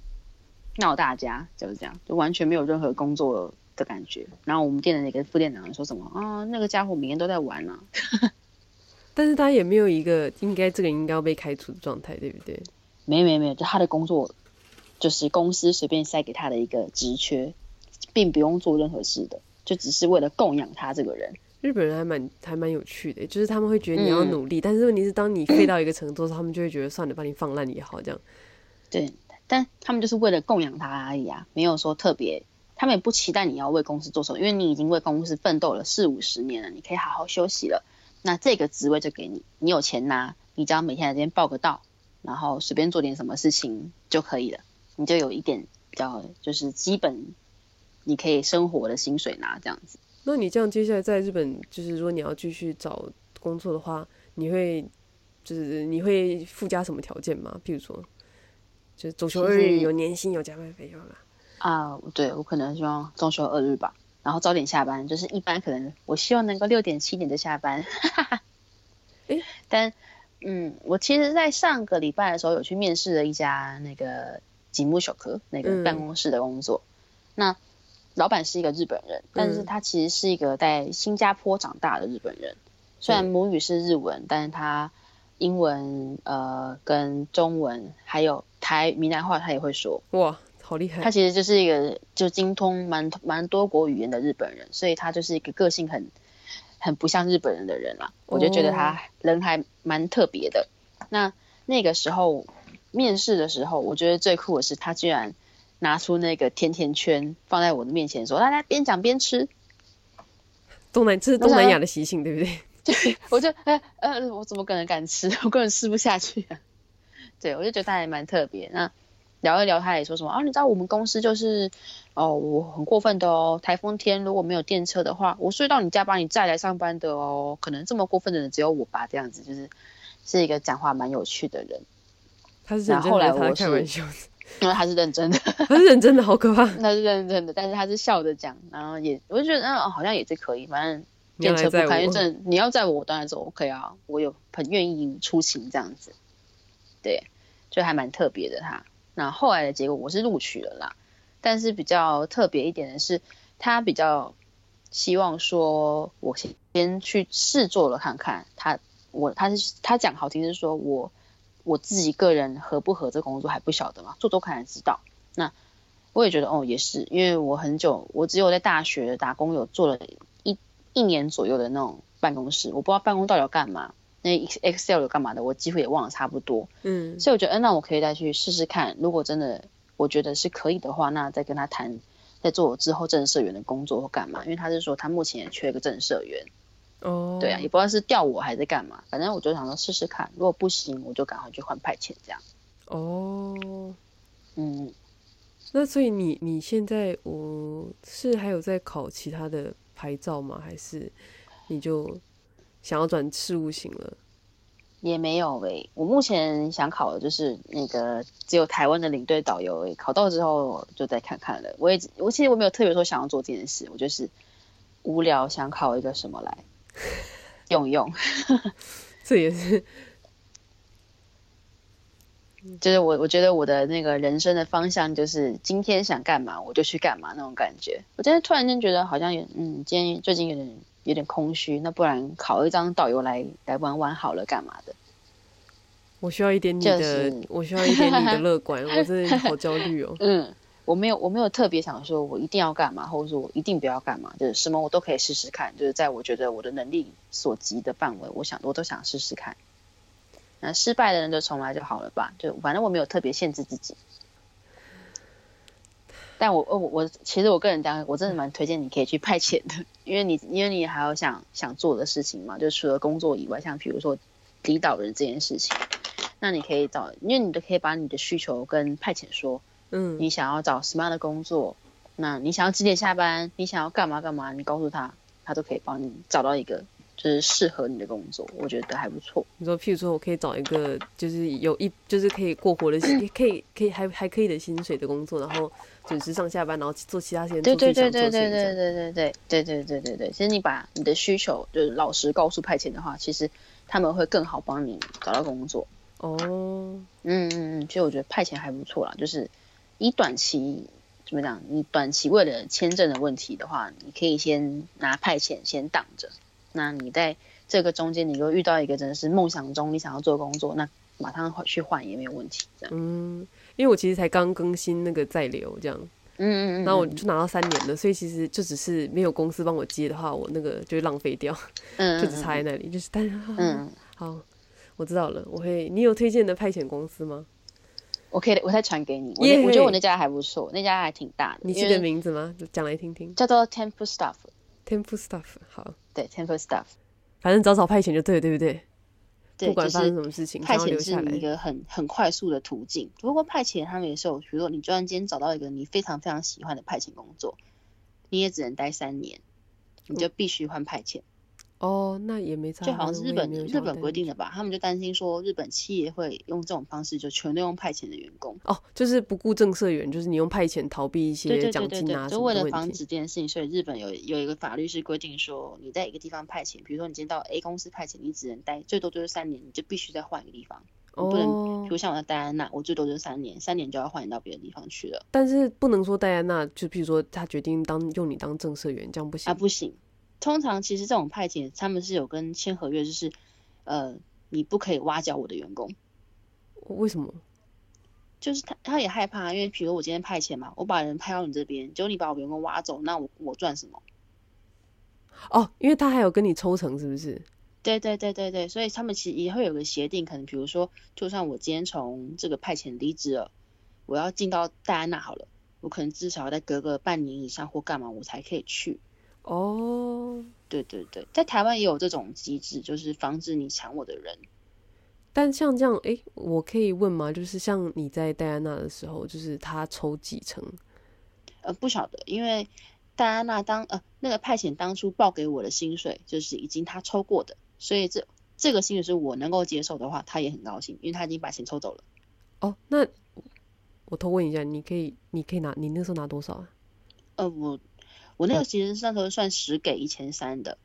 闹大家，就是这样，就完全没有任何工作的感觉。然后我们店的那个副店长说什么：“啊，那个家伙每天都在玩啊。但是他也没有一个应该这个人应该要被开除的状态，对不对？”没有没有没有，就他的工作就是公司随便塞给他的一个职缺，并不用做任何事的，就只是为了供养他这个人。日本人还蛮还蛮有趣的，就是他们会觉得你要嗯努力，但是问题是，当你废到一个程度的时候，他们就会觉得算了，把你放烂也好，这样。对，但他们就是为了供养他而已啊，没有说特别，他们也不期待你要为公司做什么，因为你已经为公司奋斗了四五十年了，你可以好好休息了。那这个职位就给你，你有钱拿，你只要每天来这边报个到，然后随便做点什么事情就可以了，你就有一点比较就是基本你可以生活的薪水拿这样子。那你这样接下来在日本，就是如果你要继续找工作的话，你会就是你会附加什么条件吗？譬如说，就是走球二日其实有年薪有加班费有啦。啊，对我可能希望中秋二日吧，然后早点下班，就是一般可能我希望能够六点七点就下班。诶但嗯，我其实，在上个礼拜的时候有去面试了一家那个吉木小科嗯那个办公室的工作，那老板是一个日本人，但是嗯他其实是一个在新加坡长大的日本人，虽然嗯母语是日文，但是他英文呃跟中文还有台闽南话他也会说。哇，好厉他害！其实就是一个就精通蛮蛮多国语言的日本人，所以他就是一个个性很很不像日本人的人啦。我就觉得他人还蛮特别的。那那个时候面试的时候，我觉得最酷的是他居然拿出那个甜甜圈放在我的面前说：“来来，边讲边吃。东南这是我想东南要亚的习性，对不对？”我就呃呃，我怎么可能敢吃？我根本吃不下去啊！ 对，我就觉得他还蛮特别。那聊一聊，他也说什么啊？你知道我们公司就是哦，我很过分的哦。台风天如果没有电车的话，我睡到你家把你载来上班的哦。可能这么过分的人只有我吧，这样子就是是一个讲话蛮有趣的人，他是认那真后的，来他在开我是玩笑的， 因为他是认真的， 他是认真的，好可怕！他是认真的，但是他是笑着讲，然后也我就觉得嗯、哦好像也是可以，反正你要电来车不载开，因为我，真的你要载我，我当然是 OK 啊，我有很愿意出勤这样子，对，就还蛮特别的他。那后来的结果我是录取了啦，但是比较特别一点的是，他比较希望说我先先去试做了看看，他我他是他讲好听是说我我自己个人合不合这工作还不晓得嘛，做做看才知道。那我也觉得哦也是，因为我很久我只有在大学打工有做了一年左右的那种办公室，我不知道办公到底要干嘛，那 Excel 有干嘛的，我几乎也忘了差不多。嗯，所以我觉得，嗯，那我可以再去试试看。如果真的我觉得是可以的话，那再跟他谈，再做我之后正社员的工作或干嘛。因为他是说他目前也缺一个正社员，哦，对啊，也不知道是调我还是干嘛。反正我就想说试试看，如果不行，我就赶快去换派遣这样。哦，嗯，那所以你你现在我是还有在考其他的牌照吗？还是你就想要转事务型了？也没有诶、我目前想考的就是那个只有台湾的领队导游诶、考到之后就再看看了。我也我其实我没有特别说想要做这件事，我就是无聊想考一个什么来用一用，这也是就是我我觉得我的那个人生的方向就是今天想干嘛我就去干嘛那种感觉。我真的突然间觉得好像有嗯，今天最近有点有点空虚，那不然考一张导游来来玩玩好了，干嘛的？我需要一点你的，就是我需要一点你 的乐观，我真的好焦虑哦。嗯，我没有，我没有特别想说我一定要干嘛，或者说我一定不要干嘛，就是什么我都可以试试看，就是在我觉得我的能力所及的范围，我想我都想试试看。那失败的人就重来就好了吧，就反正我没有特别限制自己。但我呃我我其实我个人讲，我真的蛮推荐你可以去派遣的， 因为你因为你还有想想做的事情嘛，就除了工作以外，像比如说离岛人这件事情，那你可以找，因为你都可以把你的需求跟派遣说，嗯，你想要找什么样的工作，那你想要几点下班，你想要干嘛干嘛，你告诉他，他都可以帮你找到一个就是适合你的工作，我觉得还不错。你说，譬如说我可以找一个，就是有一，就是可以过活的薪，可以可以还还可以的薪水的工作，然后准时上下班，然后做其他时间做自己对对想对做的对事情这对对样。对对对对对对对对，其实你把你的需求就是老实告诉派遣的话，其实他们会更好帮你找到工作。哦，嗯嗯嗯，所以我觉得派遣还不错啦，就是以短期怎么讲，你短期为了签证的问题的话，你可以先拿派遣先挡着。那你在这个中间，你又遇到一个真的是梦想中你想要做的工作，那马上去换也没有问题。这样，嗯，因为我其实才刚更新那个在留这样，嗯嗯嗯，然后我嗯就拿到三年了，所以其实就只是没有公司帮我接的话，我那个就会浪费掉，嗯就只差在那里，就是但是嗯， 好，我知道了，我会。你有推荐的派遣公司吗？我可以我再传给你。我耶那我觉得我那家还不错，那家还挺大的，你因记为得名字吗？讲来听听。叫做 Temple Staff， Temple Staff，好，对 Temple Staff。反正找找派遣就对了，对不对？对不管就发是生什么事情，派想要留遣是下来。一个很很快速的途径。不过派遣他们也是有，比如说你突然间找到一个你非常非常喜欢的派遣工作，你也只能待三年，你嗯就必须换派遣。哦，那也没差啊，就好像那是我日也本没有日想要本待规多定久的吧，他们就担心说日本企业会用这种方式就全都用派遣的员工。哦，就是不顾正社员，就是你用派遣逃避一对些对奖对对金啊什对，就么为的了问防题。止这件事情，所以日本有有一个法律是规定说，你在一个地方派遣，比如说你今天到 A 公司派遣，你只能待最多就是三年，你就必须再换一个地方。你不能哦比，如像我在戴安娜，我最多就是三年，三年就要换到别的地方去了但是不能说戴安娜，就譬如说她决定当用你当正社员，这样不行啊，。不行。通常其实这种派遣，他们是有跟签合约，就是呃，你不可以挖角我的员工。为什么？就是他他也害怕，因为比如我今天派遣嘛，我把人派到你这边，结果你把我员工挖走，那我我赚什么？哦，因为她还有跟你抽成，是不是？对对对对对，所以他们其实也会有个协定，可能比如说，就算我今天从这个派遣离职了，我要进到戴安娜好了，我可能至少要再隔个半年以上或干嘛，我才可以去。哦，对对对，在台湾也有这种机制，就是防止你抢我的人。但像这样，诶，我可以问吗？就是像你在戴安娜的时候，就是她抽几成？呃，不晓得，因为戴安娜当呃那个派遣当初报给我的薪水，就是已经他抽过的，所以这这个薪水是我能够接受的话，他也很高兴，因为他已经把钱抽走了。哦，那我偷问一下，你可以，你可以拿，你那时候拿多少啊？呃，我我嗯那个其实是那时候算十给一千三的，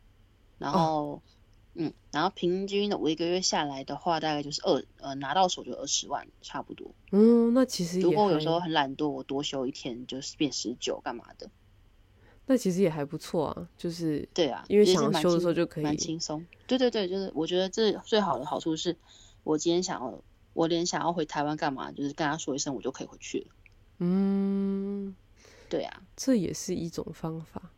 然哦后、嗯，然后平均的我一个月下来的话，大概就是二呃拿到手就二十万差不多。嗯，那其实如也果我有还时候很懒惰，我多休一天就是变十九干嘛的。那其实也还不错啊，就是对啊，因为其实想要蛮休的轻时候就可蛮以轻松。对对对，就是我觉得这最好的好处是，我今天想要，我连想要回台湾干嘛，就是跟他说一声，我就可以回去了。嗯，对啊，这也是一种方法。嗯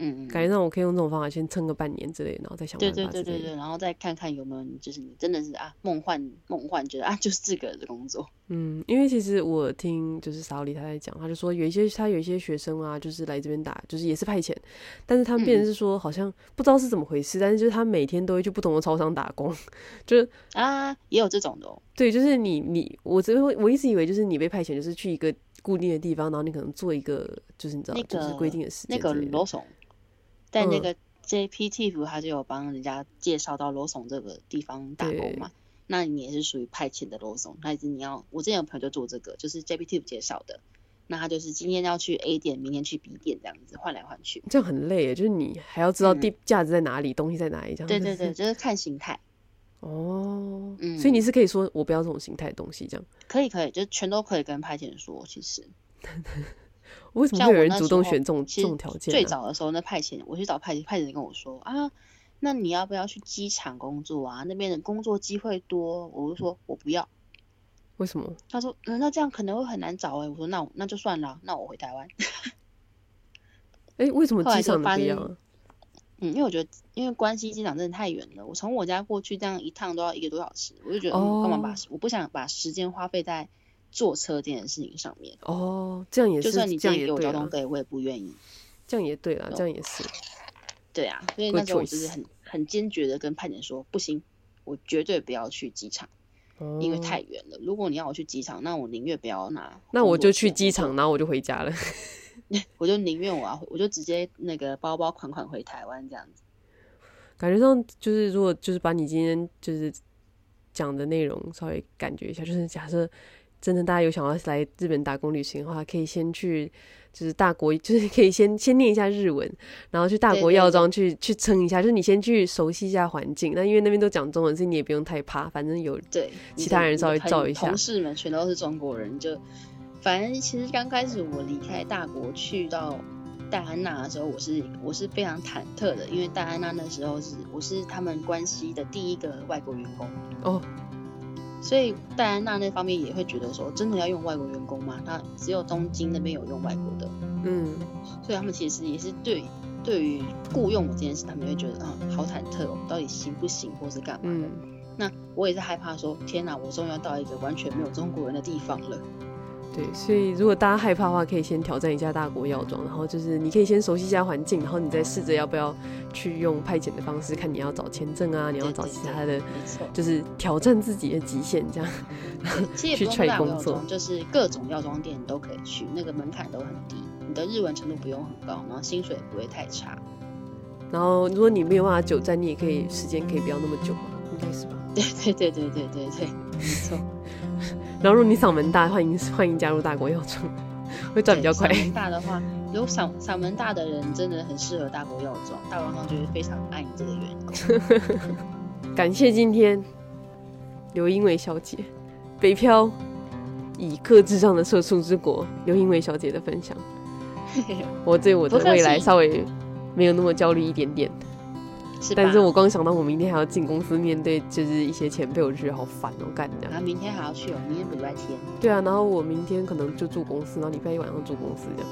嗯，感觉上我可以用这种方法先撑个半年之类的，然后再想对办法之对类的。对对对，然后再看看有没有你，就是你真的是啊，梦幻梦幻，觉得啊，就是这个的工作。嗯，因为其实我听就是沙里他在讲，他就说有一些他有一些学生啊，就是来这边打，就是也是派遣，但是他们嗯变成是说好像不知道是怎么回事，但是就是他每天都会去不同的超商打工， 就是啊，也有这种的哦。对，就是你你我只会我一直以为就是你被派遣就是去一个固定的地方，然后你可能做一个就是你知道、那就是个规定的时那间之个类的。罗总，在那嗯个 JPT 他就有帮人家介绍到罗总这个地方打对工嘛。那你也是属于派遣的罗总，那也是你要，我之前有朋友就做这个，就是 JPT 介绍的。那他就是今天要去 A 店，明天去 B 店，这样子换来换去。这样很累耶，就是你还要知道地价值在哪里，东西在哪里，这样嗯对就对是对，就是看形态，哦，嗯所以你是可以说我不要这种形态的东西，这样可以可以，就全都可以跟派遣说。其实为什么像会有我人那主时动候选这种其这实种条件、啊？最早的时候，那派遣我去找派遣，派遣跟我说啊，那你要不要去机场工作啊？那边的工作机会多。我就说我不要。为什么？他说嗯，那这样可能会很难找哎、我说那我那就算了，啊那我回台湾。哎、为什么后来机就场的发不一生样啊？嗯，因为我觉得因为关西机场真的太远了，我从我家过去这样一趟都要一个多小时，我就觉得嗯，干嘛把哦我不想把时间花费在坐车这件事情上面。哦，这样也，就是算你这今样天也给我对交通啊，费，我也不愿意。这样也对啊， No 这样也是。对啊，所以 Good 那时候我就是 choice 很很坚决的跟派遣说，不行，我绝对不要去机场，哦，因为太远了。如果你要我去机场，那我宁愿不要拿。那我就去机场，，然后我就回家了。我就宁愿我要回，我就直接那个包包款款回台湾这样子。感觉上就是，如果就是把你今天就是讲的内容稍微感觉一下，就是假设真的大家有想要来日本打工旅行的话，可以先去就是大国， 就是可以先先念一下日文，然后去大对国对药对妆去去撑一下，就是你先去熟悉一下环境。那因为那边都讲中文，所以你也不用太怕，反正有对，你其的他人你的稍微朋照一下同事们全都是中国人，就反正其实刚开始我离开大国去到。戴安娜的时候，我是我是非常忐忑的，因为戴安娜那时候是我是他们关西的第一个外国员工，哦，所以戴安娜那方面也会觉得说，真的要用外国员工吗？那只有东京那边有用外国的，嗯，所以他们其实也是对对于雇佣我这件事，他们会觉得啊、好忐忑哦，到底行不行，或是干嘛的。嗯，那我也是害怕说，天哪，我终于要到一个完全没有中国人的地方了。对，所以如果大家害怕的话，可以先挑战一下大国药妆，然后就是你可以先熟悉一下环境，然后你再试着要不要去用派遣的方式，看你要找签证啊，你要找其他的，没错。 就是挑战自己的极限这样。其实也不去用大踹工药作妆，就是各种药妆店你都可以去，那个门槛都很低，你的日文程度不用很高，然后薪水也不会太差。 然后如果你没有办法久站，你也可以时间可以不要那么久嘛，应该是吧？对对对对对对对，没错。然后如果你嗓门大，欢迎欢迎加入大国药妆，会 赚比较快对。嗓门大的话，有嗓嗓门大的人真的很适合大国药妆，大国药妆就会非常爱你这个员工。感谢今天刘英伟小姐，北漂以克至上的社畜之国刘英伟小姐的 分享。我对我的不客未来气稍微没有那么焦虑一点点，是吧？但是我光想到我明天还要进公司面对就是一些前辈，我就觉得好烦哦，干这然样。后明天还要去哦，明天礼拜天对啊，然后我明天可能就住公司，然后礼拜一晚上住公司这样。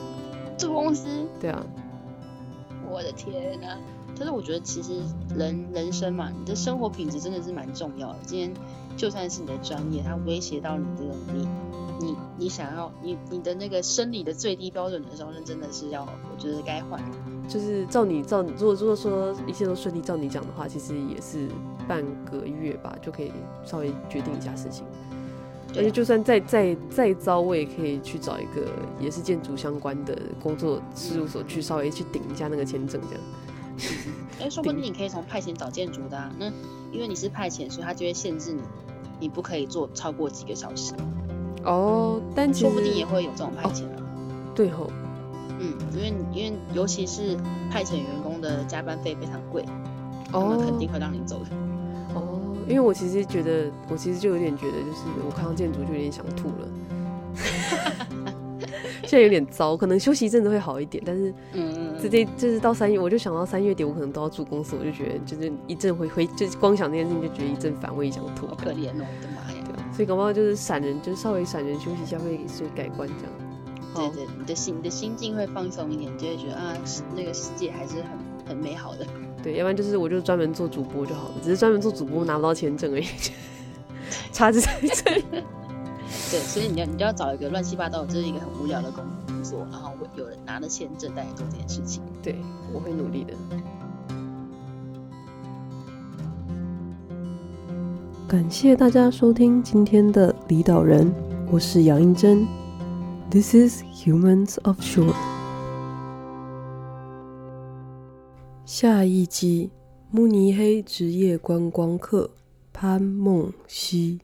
住公司，对啊，我的天呐！但是我觉得其实人人生嘛，你的生活品质真的是蛮重要的。今天就算是你的专业，它威胁到你这个你你你想要你你的那个生理的最低标准的时候，那真的是要我觉得该换。就是照你照你，如果如果说一切都顺利，照你讲的话，其实也是半个月吧，就可以稍微决定一下事情。而对且啊，就算再再再糟，我也可以去找一个也是建筑相关的工作事务所去稍微去顶一下那个签证，这样。哎，说不定你可以从派遣找建筑的、啊，那因为你是派遣，所以它就会限制你，你不可以做超过几个小时。哦，但其说不定也实会有这种派遣啊。对吼，嗯，因为你因为尤其是派遣员工的加班费非常贵，他们肯定哦会让你走的。哦，因为我其实觉得，我其实就有点觉得，就是我看到建筑就有点想吐了。 现在有点糟，可能休息一阵子会好一点，但是嗯嗯这嗯，这就是到三月，我就想到三月底我可能都要住公司，我就觉得就是一阵回回，就是光想这件事情就觉得一阵反胃，想吐好。可怜哦，我的妈呀！对啊，所以搞不好就是闪人，就是稍微闪人休息一下会会改观这样。对好，对，你的心你的心境会放松一点，你就会觉得啊，是那个世界还是很很美好的。对，要不然就是我就专门做主播就好了，只是专门做主播拿不到签证而 已， 差就在这里。对，所以你要你就要找一个乱七八糟，就是一个很无聊的工作，然后有人拿了签证带你做这件事情。对，我会努力的。感谢大家收听今天的《离岛人》，我是杨英珍。This is Humans of Shore。下一集，慕尼黑职业观光客潘梦溪。